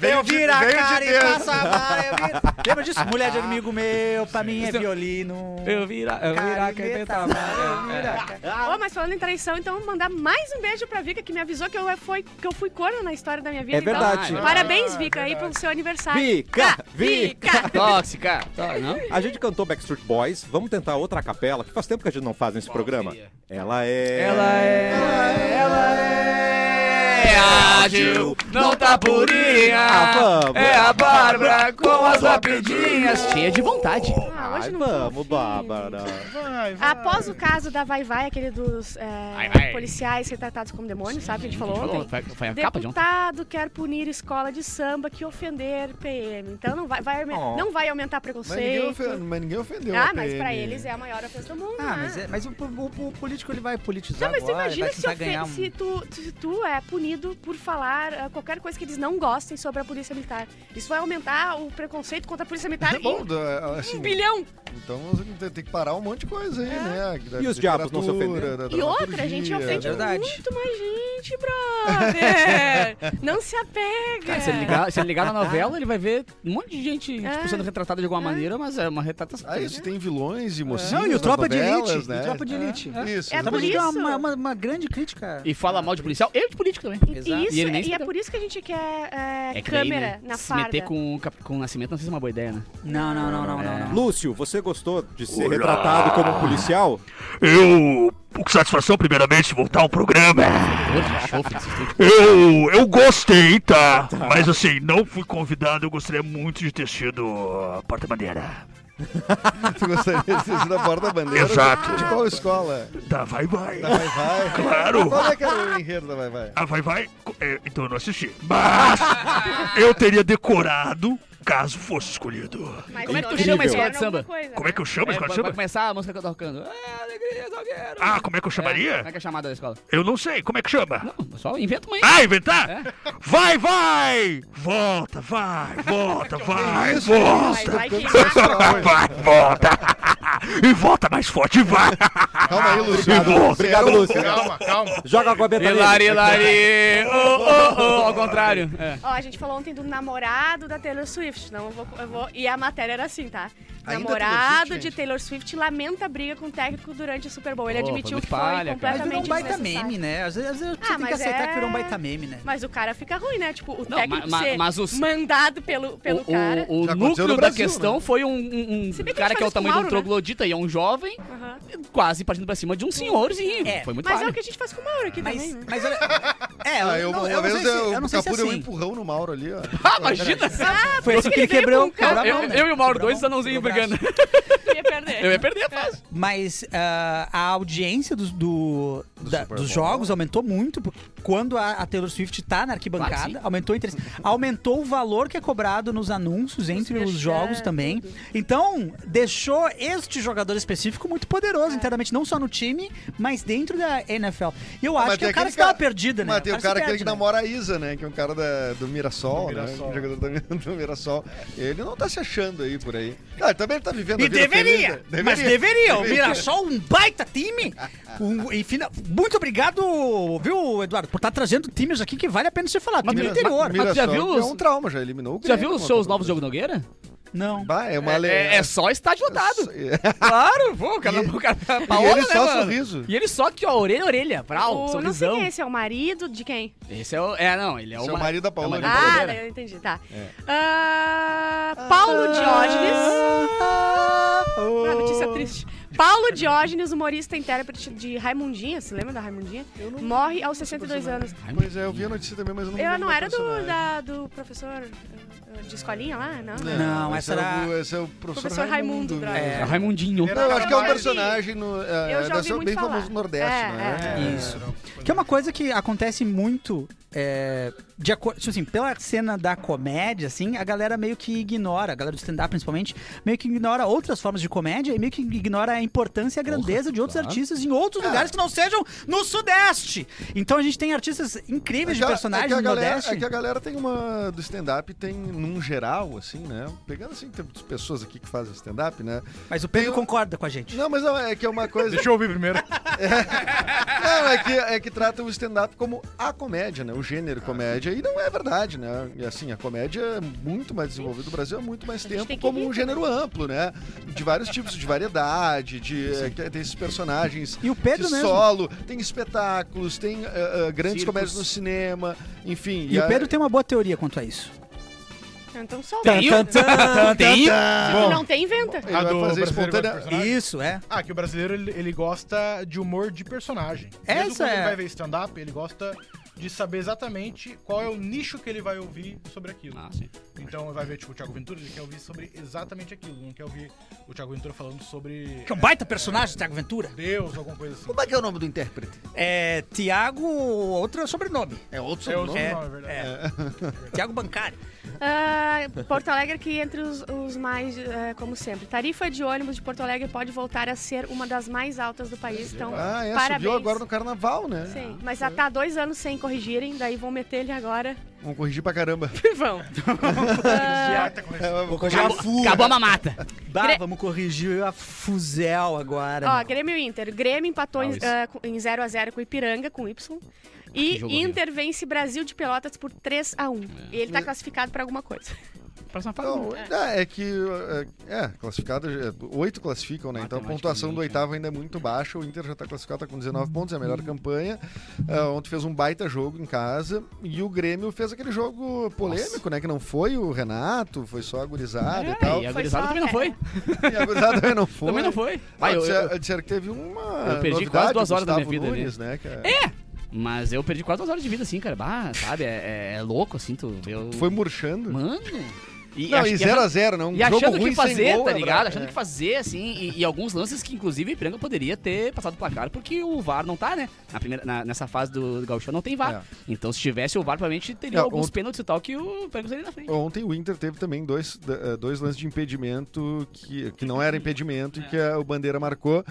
Eu viro a
veio de
cara e
dentro.
passo a vara. eu viro- Lembra disso? Mulher de amigo meu, pra mim é
Isso-
violino.
Eu vira, eu vira, quem tenta
Ô, mas falando em traição, então mandar mais um beijo pra Vika, que me avisou que eu fui, que eu fui corno na história da minha vida.
É
então,
verdade.
parabéns, Vika, aí pro seu aniversário.
Vika,
Vika!
Tóxica. Tó- tá- Não?
É
A gente cantou Backstreet Boys, vamos tentar outra capela, que faz tempo que a gente não faz nesse programa.
seria?
Ela é.
é. Ela é. Ágil, não tá purinha.
Ah, vamos.
É a Bárbara com as rapidinhas. Cheia de vontade.
Ah,
Ai,
hoje não tô
vamos,
afim.
Bárbara.
Ah,
Vai, vai.
Após o caso da Vai Vai, aquele dos é,
Vai Vai.
policiais retratados como demônios, sabe? A gente falou
Falou,
ontem.
Foi, foi a capa de ontem.
Deputado quer punir escola de samba que ofender PM. Então não vai, vai aumen- não vai aumentar
Mas ninguém,
preconceito.
ofe- mas ninguém ofendeu.
ah,
a
mas pra
PM.
eles é a maior ofensa do mundo.
Ah,
né?
mas, é- mas o, o- o político ele vai politizar
Não, mas tu
agora, ele
imagina
vai
se,
tentar
ofe-
ganhar um...
se, tu, se tu é punido por falar ah, qualquer coisa que eles não gostem sobre a polícia militar. Isso vai aumentar o preconceito contra a polícia militar
É bom,
em
da-
um
assim,
bilhão.
então tem- tem que parar um monte de coisa
É.
aí, né? Da
E os diabos não se
literatura,
ofenderam?
da
E outra, a gente
dramaturgia. É
ofende
verdade.
muito mais gente, brother. não se apega.
Cara, se ele, ligar, se ele ligar na novela, ele vai ver um monte de gente tipo,
É.
sendo retratada de alguma maneira, mas é uma retratação.
Ah, isso tem vilões e mocinhos.
É. Não, Ah, e o
nas
Tropa de
novelas,
Elite,
né?
o Tropa de Elite.
Isso.
É
Tropa
por
de Elite
isso.
é uma, uma, uma grande crítica.
E fala mal de policial e de político também.
E
Exato.
isso,
E ele nem
e é
escreveu.
por isso que a gente quer é,
É que daí,
câmera
né,
na
se
farda.
meter com, o cap- com o nascimento não sei se é uma boa ideia, né?
Não, não, não, não, não. não.
Lúcio, você gostou de ser retratado como um policial?
Eu. Com satisfação, primeiramente, de voltar ao programa.
Odor de enxofre desse estúdio.
Eu. Eu gostei, tá? Mas assim, não fui convidado, eu gostaria muito de ter sido. ah, Porta-bandeira.
Tu gostaria de ter sido a porta-bandeira?
Exato.
De qual escola?
Tá, vai, vai.
Da Vai Vai?
Claro.
Qual é que era o enredo da Vai Vai?
Ah, vai, vai. Co- é, então eu não assisti. Mas. Eu teria decorado caso fosse escolhido.
Mas
Como é que tu
pelo
chama a
menos
escola de
era alguma
samba?
coisa,
Como é que eu chamo?
É,
Escola de
vai,
samba?
vai começar a música que eu tô tocando. É, alegria, zagueiro.
Ah, como é que eu
É,
chamaria?
como é que é chamada da escola?
Eu não sei. Como é que chama?
Não, só inventa uma aí.
Ah, inventar?
É.
Vai, vai! Volta, vai, volta, vai,
isso,
Vai,
volta!
vai que
Vai, volta! E volta mais forte, vai!
Calma aí, Lúcio. é
E volta!
Obrigado, Lúcio.
Calma, calma.
Joga com a beta
Hilari, hilari. Oh, oh, oh. Ao contrário. É.
Ó, a gente falou ontem do namorado da Taylor Swift, não eu vou, eu vou- e a matéria era assim, tá?
Ainda Taylor
namorado
Swift,
de
gente?
Taylor Swift lamenta a briga com o técnico durante o Super Bowl. Ele
Pô, foi
admitiu
muito
que foi
palha, cara.
Mas virou um
completamente
baita
desnecessário.
meme, né? Às vezes, às vezes
Ah,
você tem que
mas
aceitar que virou um
é-
baita meme, né?
Mas o cara fica ruim, né? Tipo, o
Não,
técnico
ma- ma-
ser
mas os-
mandado pelo, pelo
o,
cara.
o,
Já
o
aconteceu
núcleo
no
da
Brasil,
questão
né?
foi um, um- um
Se bem que a gente
cara que é
faz
o tamanho de
com
um
Mauro, né?
troglodita e é um jovem,
Aham.
quase partindo pra cima de um senhorzinho.
É,
Foi muito
Mas é
falha.
o que a gente faz com o Mauro aqui
Mas,
também, né?
mas olha... É,
Ah,
eu,
eu,
não,
uma
eu não
vez
sei se, eu
eu,
não sei
o
se é
Capura deu um
assim.
empurrão no Mauro ali, ó.
Ah, imagina só.
Foi isso que ele
veio
quebrou
com o cara.
quebrou a
Eu,
mão, né?
eu e o Mauro,
Quebrou a
dois
mão,
anãozinhos
quebrou o braço.
brigando.
Tu ia perder.
Eu ia perder fácil.
Mas ah, a audiência dos- do, da-
Super
dos
Bowl.
jogos aumentou muito. porque Quando a, a Taylor Swift tá na arquibancada,
Claro,
aumentou o interesse. Aumentou o valor que é cobrado nos anúncios entre os jogos também. Então, deixou este jogador específico muito poderoso internamente, não só no time, mas dentro da NFL. E eu acho que é o cara
Ah, aquele
que tava perdido, né?
Mas tem o
se
cara aquele
perde,
que
né?
namora a Isa, né? Que é um cara da- do Mirassol,
Do
né?
Mirassol.
Um jogador da, do Mirassol. Ele não tá se achando aí por aí. Ah, ele também tá vivendo
E
a vida
deveria,
feliz, né?
mas deveria. O
Deveria.
Mirassol, um baita time.
Um- e fina- Muito obrigado, viu, Eduardo, por estar trazendo times aqui que vale a pena você falar. Time do
Mira-
é interior.
Mirassol
já viu os-
É um trauma, já eliminou o
Já
Grêmio,
viu os
uma
seus
outra
novos
coisa.
Jogo Nogueira?
Não.
Bah, é uma le-
É, é só estádio lotado. Claro, pô, o
um,
cara, o cara tá
E ele
né,
só
mano?
sorriso.
E ele só aqui, ó, orelha, orelha, brau,
O, não sei
sorrisão.
quem é esse, é o marido de quem?
Esse é o. É, não, ele é
Esse
o.
é o
ma-
marido da Paola.
é o marido
Ah,
brasileiro.
eu entendi, tá. Ah, Paulo Diógenes. Uma notícia triste. Paulo Diógenes, humorista e intérprete de Raimundinha, se lembra da Raimundinha? Morre aos 62 anos.
Pois é, eu vi a notícia também, mas eu não
Eu
lembro
não
da né?
era do,
personagem.
da- do professor eh, de escolinha lá? Não. né?
Não,
esse
essa
é
era-
o, esse é o professor,
Professor Raimundo
Raimundo. né?
Drago.
É, Raimundinho.
Era-
Não, eu acho que é um
Eu já
personagem no, é,
Eu já
deve
ouvi
ser
muito
bem
falar.
famoso no Nordeste,
É,
né?
Isso. Que é uma coisa que acontece muito. É, de acordo, tipo assim, pela cena da comédia, assim, a galera meio que ignora, a galera do stand-up principalmente, meio que ignora outras formas de comédia e meio que ignora a importância e a grandeza de outros artistas em
É.
outros lugares que não sejam no Sudeste. Então a gente tem artistas incríveis de
a-
personagens
É que a
no
galera,
Nordeste.
É que a galera tem uma. Do stand-up tem, num geral, assim, né? Pegando assim, tem pessoas aqui que fazem stand-up, né?
Mas o Pedro
tem um-
concorda com a gente.
Não, mas não, é que é uma coisa.
Deixa eu ouvir primeiro.
Não, é que, é que trata o stand-up como a comédia, né? O gênero comédia. E não é verdade, né? E assim, a comédia é muito mais desenvolvida no Brasil há muito mais
gente tem
tempo,
que
como
rir
um gênero amplo, né? De vários tipos, de variedade, de. é, que tem esses personagens.
E o Pedro
de
mesmo.
solo, tem espetáculos, tem ah, ah, grandes
Circos.
comédias no cinema, enfim.
E
a-
o Pedro tem uma boa teoria quanto a isso.
Então só
Tem o-
Se
Tem o-
não tem, inventa.
Ele
A
vai
do
fazer
brasileiro
espontânea-
gosta de personagem?
Isso, é.
Ah, que o brasileiro ele, ele gosta de humor de personagem.
Essa
Mesmo quando
é-
ele vai ver stand-up, ele gosta de saber exatamente qual é o nicho que ele vai ouvir sobre aquilo.
Ah, sim.
Então ele vai ver, tipo, o Thiago Ventura, ele quer ouvir sobre exatamente aquilo. Não quer ouvir o Thiago Ventura falando sobre
Que é um baita personagem, Thiago Ventura.
Deus, alguma coisa assim.
Como é que é o nome do intérprete?
É Tiago, outro sobrenome.
É outro
É outro
sobrenome?
nome, é verdade.
Tiago Bancari.
Ah, Porto Alegre aqui entre os, os mais, eh, como sempre. Tarifa de ônibus de Porto Alegre pode voltar a ser uma das mais altas do país. Então,
Ah, é,
parabéns.
subiu agora no carnaval, né?
Ah,
Sim, mas já tá dois anos sem corrigirem, daí vão meter ele agora.
Vamos corrigir pra caramba.
Vão.
tá
Acabou, acabou a mamata.
Bah,
Gre-
vamos corrigir a Fuzel agora.
Ó,
meu.
Grêmio e Inter. Grêmio empatou em
Ah, isso.
0x0 com o Ipiranga, com Y. E
Ah,
Que jogo
Inter vence Brasil de Pelotas por
É.
3x1. Ele tá classificado pra alguma coisa.
Próxima fase.
Não, é, é que. É, é, classificado. é, Oito classificam,
Ah,
né? Então a pontuação do oitavo ainda é muito baixa. O Inter já tá classificado, tá com 19 pontos, é a melhor campanha. Ah, ontem fez um baita jogo em casa. E o Grêmio fez aquele jogo polêmico, né? Que não foi o Renato, foi só a gurizada e tal.
É, e
E
a
É, Foi
gurizada
só- né?
também não foi.
a gurizada também não foi. Ah,
Também não foi. Vai, eu-
disseram,
eu-
disseram que teve uma.
Eu perdi
novidade,
quase duas
o
horas da minha
Gustavo
vida ali.
Nunes, né? que é-
Mas eu perdi quase duas horas de vida, assim, cara. Bah, sabe? É, é- é louco, assim, tu. Eu...
Foi murchando.
Mano. E
não,
acho
e
que-
0x0, né? Um
E
jogo
achando o
ruim
que
sem
fazer,
gol,
tá
é
ligado?
brabo.
Achando o
É.
né?
que fazer, assim, e, e alguns lances que, inclusive, o Ipiranga poderia ter passado o placar, porque o VAR não tá, né? Na primeira, na- nessa fase do, do Gauchão não tem VAR.
É.
Então, se tivesse o VAR, provavelmente teria
Não,
alguns
ont-
pênaltis e tal que o Ipiranga seria na frente.
Ontem É, o Inter teve também dois, da- eh, dois lances de impedimento que, que não era impedimento e que
É.
a- o Bandeira marcou.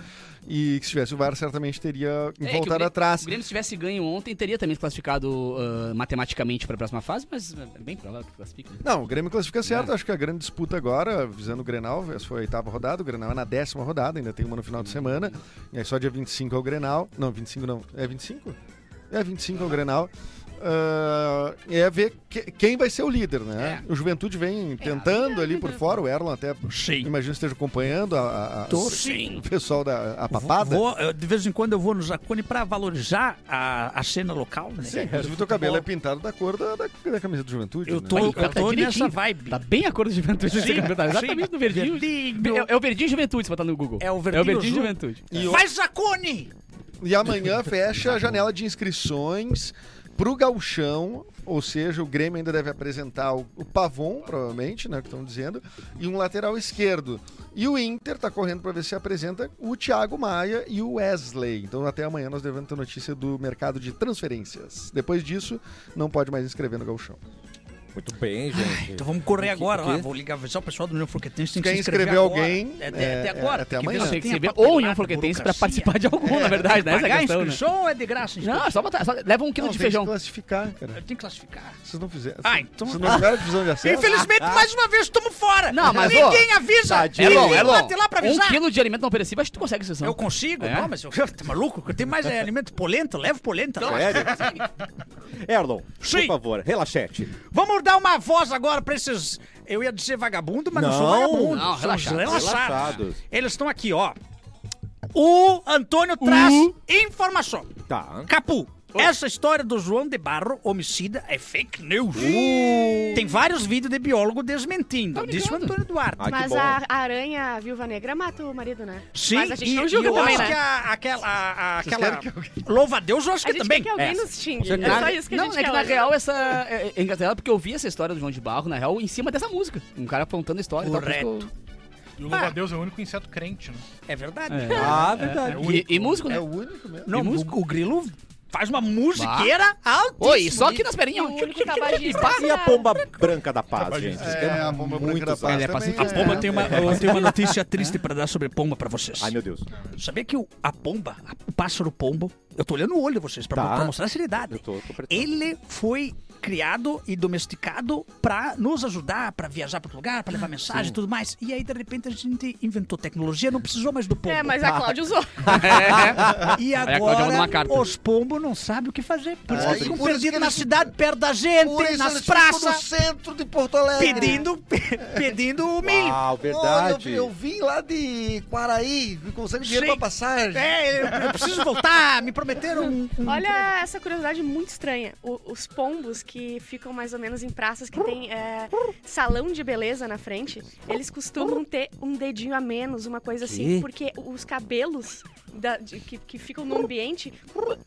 E que se tivesse o VAR, certamente teria
É, que o
voltado
Grêmio- Se
atrás.
o Grêmio tivesse ganho ontem, teria também classificado ah, matematicamente para a próxima fase, mas é bem provável que classifique. né?
Não, o Grêmio classifica certo. Acho que a grande disputa agora, visando o Grenal, essa foi a oitava rodada. O Grenal é na décima rodada, ainda tem uma no final de semana. E aí só dia 25 é o Grenal. Não, 25 não. É 25? É 25 é o Grenal. Ah, é ver que- quem vai ser o líder, né?
É.
O Juventude vem tentando ali por fora. O Erlon até,
Sim.
imagino, esteja acompanhando a- a- a-
Sim.
o pessoal da a
Vou,
papada.
vou- eu, de vez em quando eu vou no Jacone pra valorizar a, a cena local, né?
Sim, inclusive teu cabelo é pintado da cor da, da, da camisa do Juventude.
Eu
né?
tô,
Aí,
eu
cara, tá
tô nessa
direitinho.
vibe.
Tá bem a cor de juventude,
Sim,
esse cabelo, tá
sim.
exatamente no verdinho.
Verdinho.
É, é o verdinho juventude, se botar no Google.
É o
é
verdinho
o verdinho
ju-
juventude.
E, o-
Vai, Jacone!
e amanhã fecha a janela de inscrições pro gauchão, ou seja, o Grêmio ainda deve apresentar o, o Pavon, provavelmente, né, que estão dizendo, e um lateral esquerdo. E o Inter tá correndo para ver se apresenta o Thiago Maia e o Wesley. Então até amanhã nós devemos ter notícia do mercado de transferências. Depois disso, não pode mais inscrever no gauchão.
Muito bem, gente.
Então vamos correr
O que-
agora
o quê?
lá. Vou ligar só o pessoal do União Forquetense. Tem que
Quer
se inscrever
inscrever
agora.
alguém,
É, até-
é,
até agora.
é, até
tem que ver
amanhã.
se
Tem que
a
receber
papelada,
ou em um forquetense pra
burocracia.
participar de algum, na verdade, né? Essa é a
Pagar a
questão, né?
inscrição ou é de graça? a
Não, só, botar, só leva um quilo
Não,
de
tem
feijão.
que classificar, cara.
Tem que classificar.
Vocês não fizeram.
Ah, então-
Vocês não tiveram divisão de acesso?
Infelizmente, mais uma vez, estamos fora.
Não, mas, ô,
Ninguém avisa.
É bom,
Ninguém
é
bate
bom.
lá pra
Um
avisar.
quilo de alimento não perecível, acho que tu consegue inscrição.
Eu consigo?
É?
Não, mas eu, tá maluco? Eu tenho mais é, alimento polenta, levo polenta.
Então, é.
lá.
Sério? Erlon,
Sim.
por favor, relaxete.
Vamos dar uma voz agora pra esses. Eu ia dizer vagabundo, mas não, são
Não,
vagabundo.
não,
são os
relaxados,
relaxados.
relaxados.
Eles estão aqui, ó. O Antônio traz informação.
Tá.
Capu, essa história do João de Barro, homicida, é fake news.
Uh.
Tem vários vídeos de biólogo desmentindo.
Tá
Disse o Antônio Duarte.
Ah, que
Mas
bom.
a, a aranha, a viúva negra, mata o marido, né?
Sim,
Mas a gente
e,
não julga
e eu
também,
acho
né?
que a- aquela. a- aquela
querem que alguém-
Louva a Deus, eu acho
A
que
gente
também.
quer que alguém
É.
nos xingue.
Com
É só isso que a
não,
gente
é
quer
que na
hoje.
real essa. É, é engraçado porque eu vi essa história do João de Barro, na real, em cima dessa música. Um cara contando a história. e tal, por isso que eu-
E o louva-a-Deus é o único inseto crente, né?
É verdade.
Ah, verdade.
E, e músico, né?
É o único mesmo.
Não,
E música?
o, o Grilo faz uma musiqueira alta.
Oi, e só que nas perinhas. O único tabagista.
E
Ah,
a pomba branca da paz, gente?
É, a bomba branca da
Muitos
paz
anos.
também,
A pomba
é.
tem uma, eu tenho uma notícia triste pra dar sobre pomba pra vocês.
Ai, meu Deus.
Sabia que o, a pomba, a- o pássaro pombo, eu tô olhando o olho de vocês pra,
Tá.
pra mostrar a seriedade.
Eu tô- tô prestando.
Ele foi criado e domesticado pra nos ajudar, pra viajar pra outro lugar, pra levar mensagem e tudo mais. E aí, de repente, a gente inventou tecnologia, não precisou mais do pombo.
É, mas a Cláudia usou.
Aí
E
a Cláudia mandou
agora
uma carta.
os pombos não sabem o que fazer. Por isso que
Ah, sim.
eles ficam
Por isso que
perdidos na
eles-
cidade, perto da
Por
gente,
isso
nas
eles ficam no
praças,
centro de Porto Alegre.
pedindo, pedindo milho.
Uau,
Olha,
Ah, É verdade.
eu, eu vim lá de Quaraí, me consegue dinheiro
Sim.
pra passagem.
É, eu preciso voltar, me prometeram. um- um-
Olha essa curiosidade muito estranha. O- os pombos que ficam mais ou menos em praças que tem é, salão de beleza na frente, eles costumam ter um dedinho a menos, uma coisa assim, porque os cabelos da- de- que, que ficam no ambiente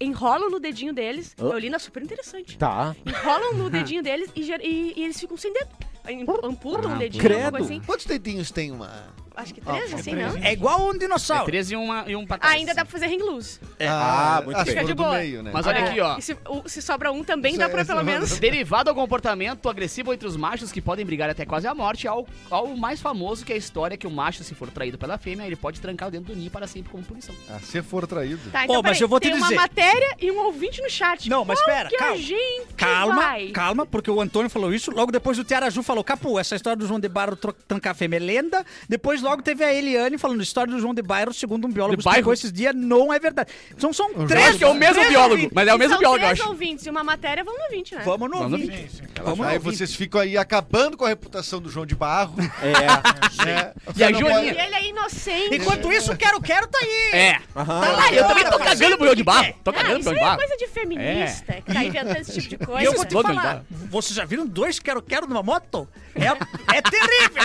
enrolam no dedinho deles. Eu li na super interessante.
Tá.
Enrolam no dedinho deles e, ger- e- e eles ficam sem dedo. Aí Amputam o dedinho, alguma coisa assim.
Quantos dedinhos tem uma?
Acho que três, assim, não?
É igual um
É
dinossauro.
três e, uma, e um pra trás.
Ainda dá pra fazer hang loose.
Ah, muito
um- as
bem.
flores
Fica de
do
boa.
meio, né?
Mas olha
É.
aqui, ó.
E se, o- se sobra um também,
Isso
dá
é-
pra pelo
isso é-
menos.
Derivado ao comportamento agressivo entre os machos que podem brigar até quase a morte, ao, ao mais famoso que é a história que o macho, se for traído pela fêmea, ele pode trancar o dedo do ninho para sempre como punição.
Ah, se for traído.
Tá, então
Ô, mas
peraí,
eu vou te
tem
dizer.
uma matéria e um ouvinte no chat.
Não, mas
Qual
pera,
que é
calma.
A gente
Calma,
vai?
calma, porque o Antônio falou isso. Logo depois o Tiara Ju falou: Capu, essa história do João de Barro tro- trancar a fêmea é lenda. Depois logo teve a Eliane falando: história do João de Barro, segundo um biólogo,
De
que explicou
bairro?
esses dias, não é verdade. Então são
Acho
três.
que é o mesmo
três
biólogo,
ouvintes.
mas é o mesmo
São
biólogo, eu
três
acho.
ouvintes e uma matéria, vamos no ouvinte, né?
Vamos no
Vamos no
ouvinte.
Sim, sim.
Vamos no
Aí
ouvinte.
vocês ficam aí acabando com a reputação do João de Barro.
É.
né?
E a
Não
Joaninha?
E ele é inocente.
Enquanto isso, o Quero Quero tá aí.
É.
Aham.
lá,
eu também tô cagando pro João de barro. Tô
Ah,
cagando pro
isso
João
é
de barro.
coisa de feminista, que tá inventando esse tipo de coisa.
E eu vou te
Slogan
falar, vocês já viram dois Quero Quero numa moto? É, é terrível.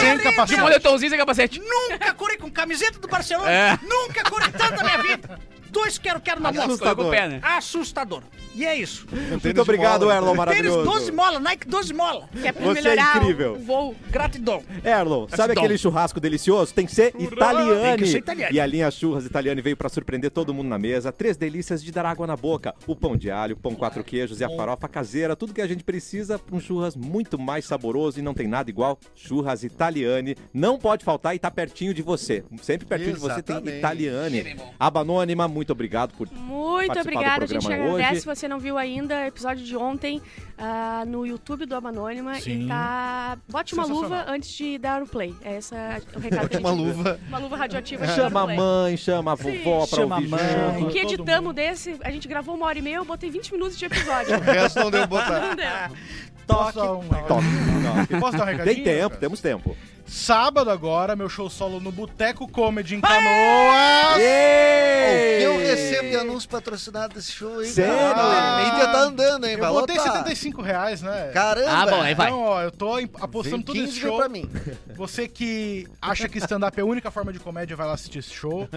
Sem
De
capacidade.
moletomzinho sem capacete. Tá
Nunca corri com camiseta do Barcelona.
É.
Nunca corri tanto na minha vida. Dois quero quero na moto.
Assustador. Com o pé, né?
Assustador. E é isso.
Muito obrigado, Erlon,
Tênis
maravilhoso.
12 mola, Nike 12 mola. Um
Que é pra
Você é
melhorar o-
incrível.
o voo.
Gratidão.
Erlon, sabe aquele churrasco delicioso? Tem que ser italiano.
então. Tem que ser italiano.
E a linha Churras Italiane veio pra surpreender todo mundo na mesa. Três delícias de dar água na boca: o pão de alho, o pão quatro queijos e a farofa caseira. Tudo que a gente precisa pra um churras muito mais saboroso e não tem nada igual. Churras Italiane. Não pode faltar e tá pertinho de você. Sempre pertinho de você tem
Exatamente.
Italiane. Abanônima, muito obrigado por.
Muito
Participar do
obrigada, a gente
programa
agradece.
hoje.
Se você não viu ainda, episódio de ontem ah, no YouTube do Aba Anônima. E
Sim.
tá. Bote uma luva antes de dar o play. É esse o recado que a gente
Uma luva.
Uma luva radioativa. antes de
Chama
dar
a
o play.
mãe, chama a vovó pra
chama
ouvir
a mãe.
junto.
Que
Todo
editamos desse, a gente gravou uma hora e meia, eu botei 20 minutos de episódio.
O resto não deu pra
Não
botar.
deu.
Posso dar um recadinho?
Top.
Posso dar um recadinho?
Tem tempo,
cara?
temos tempo.
Sábado agora, meu show solo no Boteco Comedy em Canoas.
O que eu recebo de anúncio patrocinado desse show, hein?
Sério?
cara? A mídia tá andando, hein?
Eu
Vai
botei
lotar.
75 reais, né?
Caramba! Ah, bom, aí vai.
Então, ó, eu tô em- apostando
Vem
tudo nesse
15
show.
pra mim.
Você que acha que stand-up é a única forma de comédia, vai lá assistir esse show.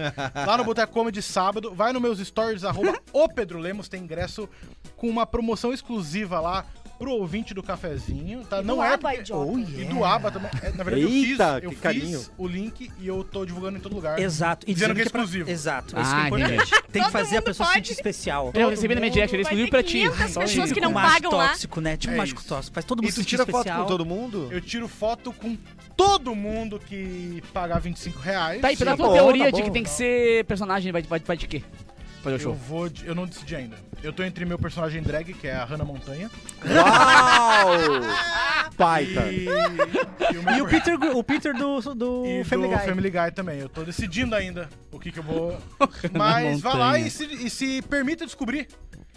Lá no Boteco Comedy, sábado. Vai nos meus stories, arroba o Pedro Lemos, tem ingresso com uma promoção exclusiva lá pro ouvinte do cafezinho, tá?
E
Não
do
é
Aba,
porque...
idiota.
E do Aba também. É, na verdade,
Eita, que
eu fiz, eu
carinho.
fiz o link e eu tô divulgando em todo lugar.
Exato.
E dizendo, que é
pra-
exclusivo.
Exato.
Ah,
isso que é importante.
entendi.
Tem que
Todo
fazer a
mundo
pessoa se
pode.
sentir especial.
Eu recebi na minha direct, era
Vai
exclusivo
ter
pra ti.
500
Só
pessoas
isso.
que não
mais
pagam lá.
tóxico, né? Tipo
É
mágico
isso.
tóxico. Faz todo mundo
E
se
tu
sentir
tira foto
especial.
com todo mundo?
Eu tiro foto com todo mundo que pagar 25 reais.
Tá aí, pela
Sim.
tua
bom,
teoria
tá
de
bom.
que tem que ser personagem, vai, vai, vai de quê? Fazer o
Eu
show.
vou. de- Eu não decidi ainda. Eu tô entre meu personagem drag, que é a Hannah Montanha.
Uau! Paita.
E, e o,
E o
meu-
Peter, Gr- o Peter do, do
e do
Family Guy.
Family Guy também. Eu tô decidindo ainda o que, que eu vou. Mas vá lá e se, e se permita descobrir.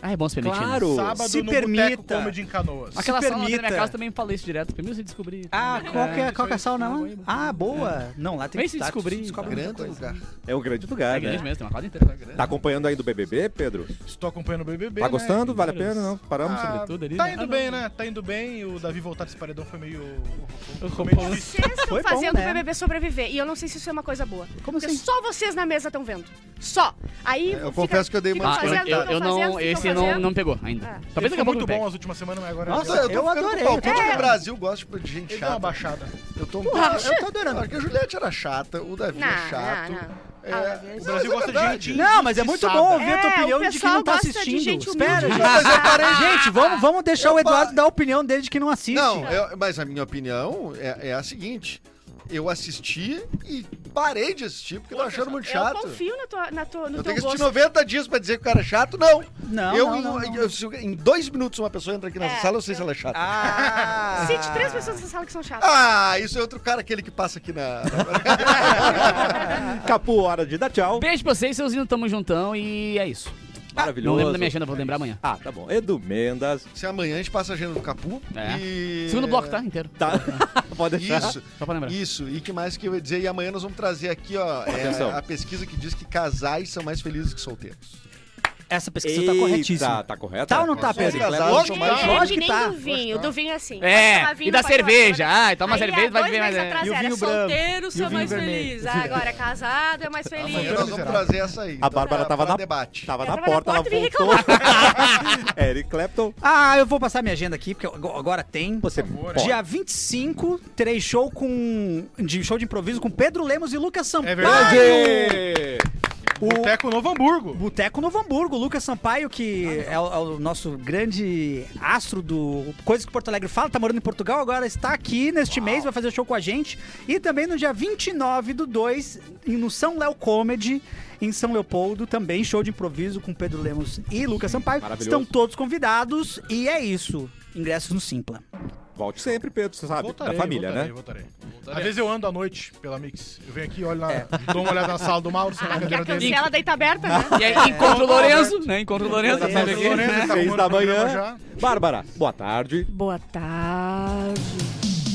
Ah, é bom se permitir. né?
Claro.
Sábado
Se
no Boteco
permita.
Comedy em Canoas.
Aquela
Se
sala lá da minha
permita.
casa também falei isso direto. Primeiro você descobrir. né?
Ah, qual que é,
isso
qual que é a
aí. É.
sala não? Ah, boa. Não, lá tem
Vem
que
se
tá,
descobrir,
Descobre muita
Grande
coisa.
lugar.
É um grande lugar,
é grande
né?
mesmo, tem uma quadra inteira.
Tá acompanhando aí do BBB, Pedro?
Estou acompanhando o BBB.
Tá
né?
gostando? Vale a pena? Não? Paramos?
Ah,
sobretudo ali,
tá
né?
indo bem, né? Tá indo bem. O Davi voltar desse paredão foi meio.
Como
meio
falou-
difícil.
Vocês estão
Foi bom,
fazendo
né?
o BBB sobreviver. E eu não sei se isso é uma coisa boa.
Como
Porque
assim?
só vocês na mesa estão vendo. Só. Aí.
É, Eu confesso que eu dei uma
ficam
Ah, eu,
fazendo,
eu,
ficam
eu
fazendo,
não.
ficam
Esse
fazendo. Ah.
não, não pegou ainda.
Ele
Talvez Tá daqui
foi
a pouco
muito
eu
bom
pegue.
as últimas semanas, mas agora.
Nossa,
eu...
eu tô
eu
ficando
adorei,
com palpite
eu tô
que o
adorando.
Brasil gosta de gente
Ele deu uma
chata.
baixada.
Eu tô
eu tô
adorando. Porque a Juliette era chata, o Davi
Não,
é chato.
não, não.
É,
Ah, o Brasil
mas
gosta de
verdade.
gente
Não, mas é muito bom ouvir a tua
É, o
opinião de quem
pessoal
não tá
gosta de
assistindo.
gente
Espera,
humilde. Ah!
gente.
Mas eu parei-
Gente, vamos, vamos deixar o
Eu pa-
Eduardo dar a opinião dele de que não assiste.
Não, eu- mas a minha opinião é, é a seguinte. Eu assisti e parei de assistir porque eu tô achando muito
Eu
chato.
confio na tua, na tua, no
Eu
teu
tenho que assistir
gosto.
90 dias pra dizer que o cara é chato? Não.
Não,
eu,
não,
em-
não, não.
eu- se- em dois minutos uma pessoa entra aqui nessa
É,
sala, eu sei
eu-
se ela é chata. Ah.
Ah.
Cite três pessoas nessa sala que são chatas.
isso é outro cara, aquele que passa aqui na.
Capu, hora de dar tchau.
Beijo pra vocês, seus lindos, tamo juntão e é isso.
Maravilhoso.
Não lembro da minha agenda, vou lembrar amanhã.
Ah, tá bom. Edu Mendas.
se amanhã a gente passa a agenda do Capu.
É.
E...
Segundo bloco, tá? Inteiro.
Tá. Pode deixar.
Isso.
Só pra lembrar.
Isso, e que mais que eu ia dizer? E amanhã nós vamos trazer aqui, ó, é,
Atenção.
a pesquisa que diz que casais são mais felizes que solteiros.
Essa pesquisa tá corretíssima.
Tá, tá correto?
Tá ou não tá, Pedro?
Casais são mais
É,
lógico
que
que
nem
tá,
do vinho. Do vinho é assim. vai tomar
É,
vinho,
e da
vai tomar
cerveja.
agora.
Ah, toma
Aí,
cerveja,
há
vai
dois
ver mais.
meses
é.
atrás
E o
era
vinho branco.
solteiro,
E o
sou
vinho
mais
vermelho.
feliz. Ah, agora é casado, é mais feliz.
Amanhã nós vamos trazer essa aí.
A Bárbara tava
para
na-
debate.
Tava
Ela
na
vai na
porta, ela
porta e vem
voltou. Eric Clapton.
Ah, eu vou passar minha agenda aqui, porque ag- agora tem.
Você pode.
Dia 25, terei show com. De show de improviso com Pedro Lemos e Lucas Sampaio.
É verdade.
O-
Boteco Novo Hamburgo.
Boteco Novo Hamburgo, Lucas Sampaio, que é, o, é o nosso grande astro do Coisas que Porto Alegre fala, tá morando em Portugal, agora está aqui neste mês, vai fazer show com a gente. E também no dia 29 do 2, em- no São Léo Comedy, em São Leopoldo, também show de improviso com Pedro Lemos e Lucas Sampaio.
maravilhoso.
Estão todos convidados e é isso. Ingressos no Simpla.
Volte sempre, Pedro, você sabe.
Voltarei,
da família,
voltarei,
né?
Voltarei, voltarei. Às vezes eu ando à noite pela Mix. Eu venho aqui, olho na,
É.
dou uma olhada na sala do Mauro, na
Porque a
cadeira dele.
cancela daí tá aberta, né?
E aí, encontro o Lourenço, né? Encontro o Lourenço,
Lourenço,
sabe aqui.
Lourenço, tá
Seis
arrumando
da
o programa
manhã.
já.
Bárbara, boa tarde.
Boa tarde.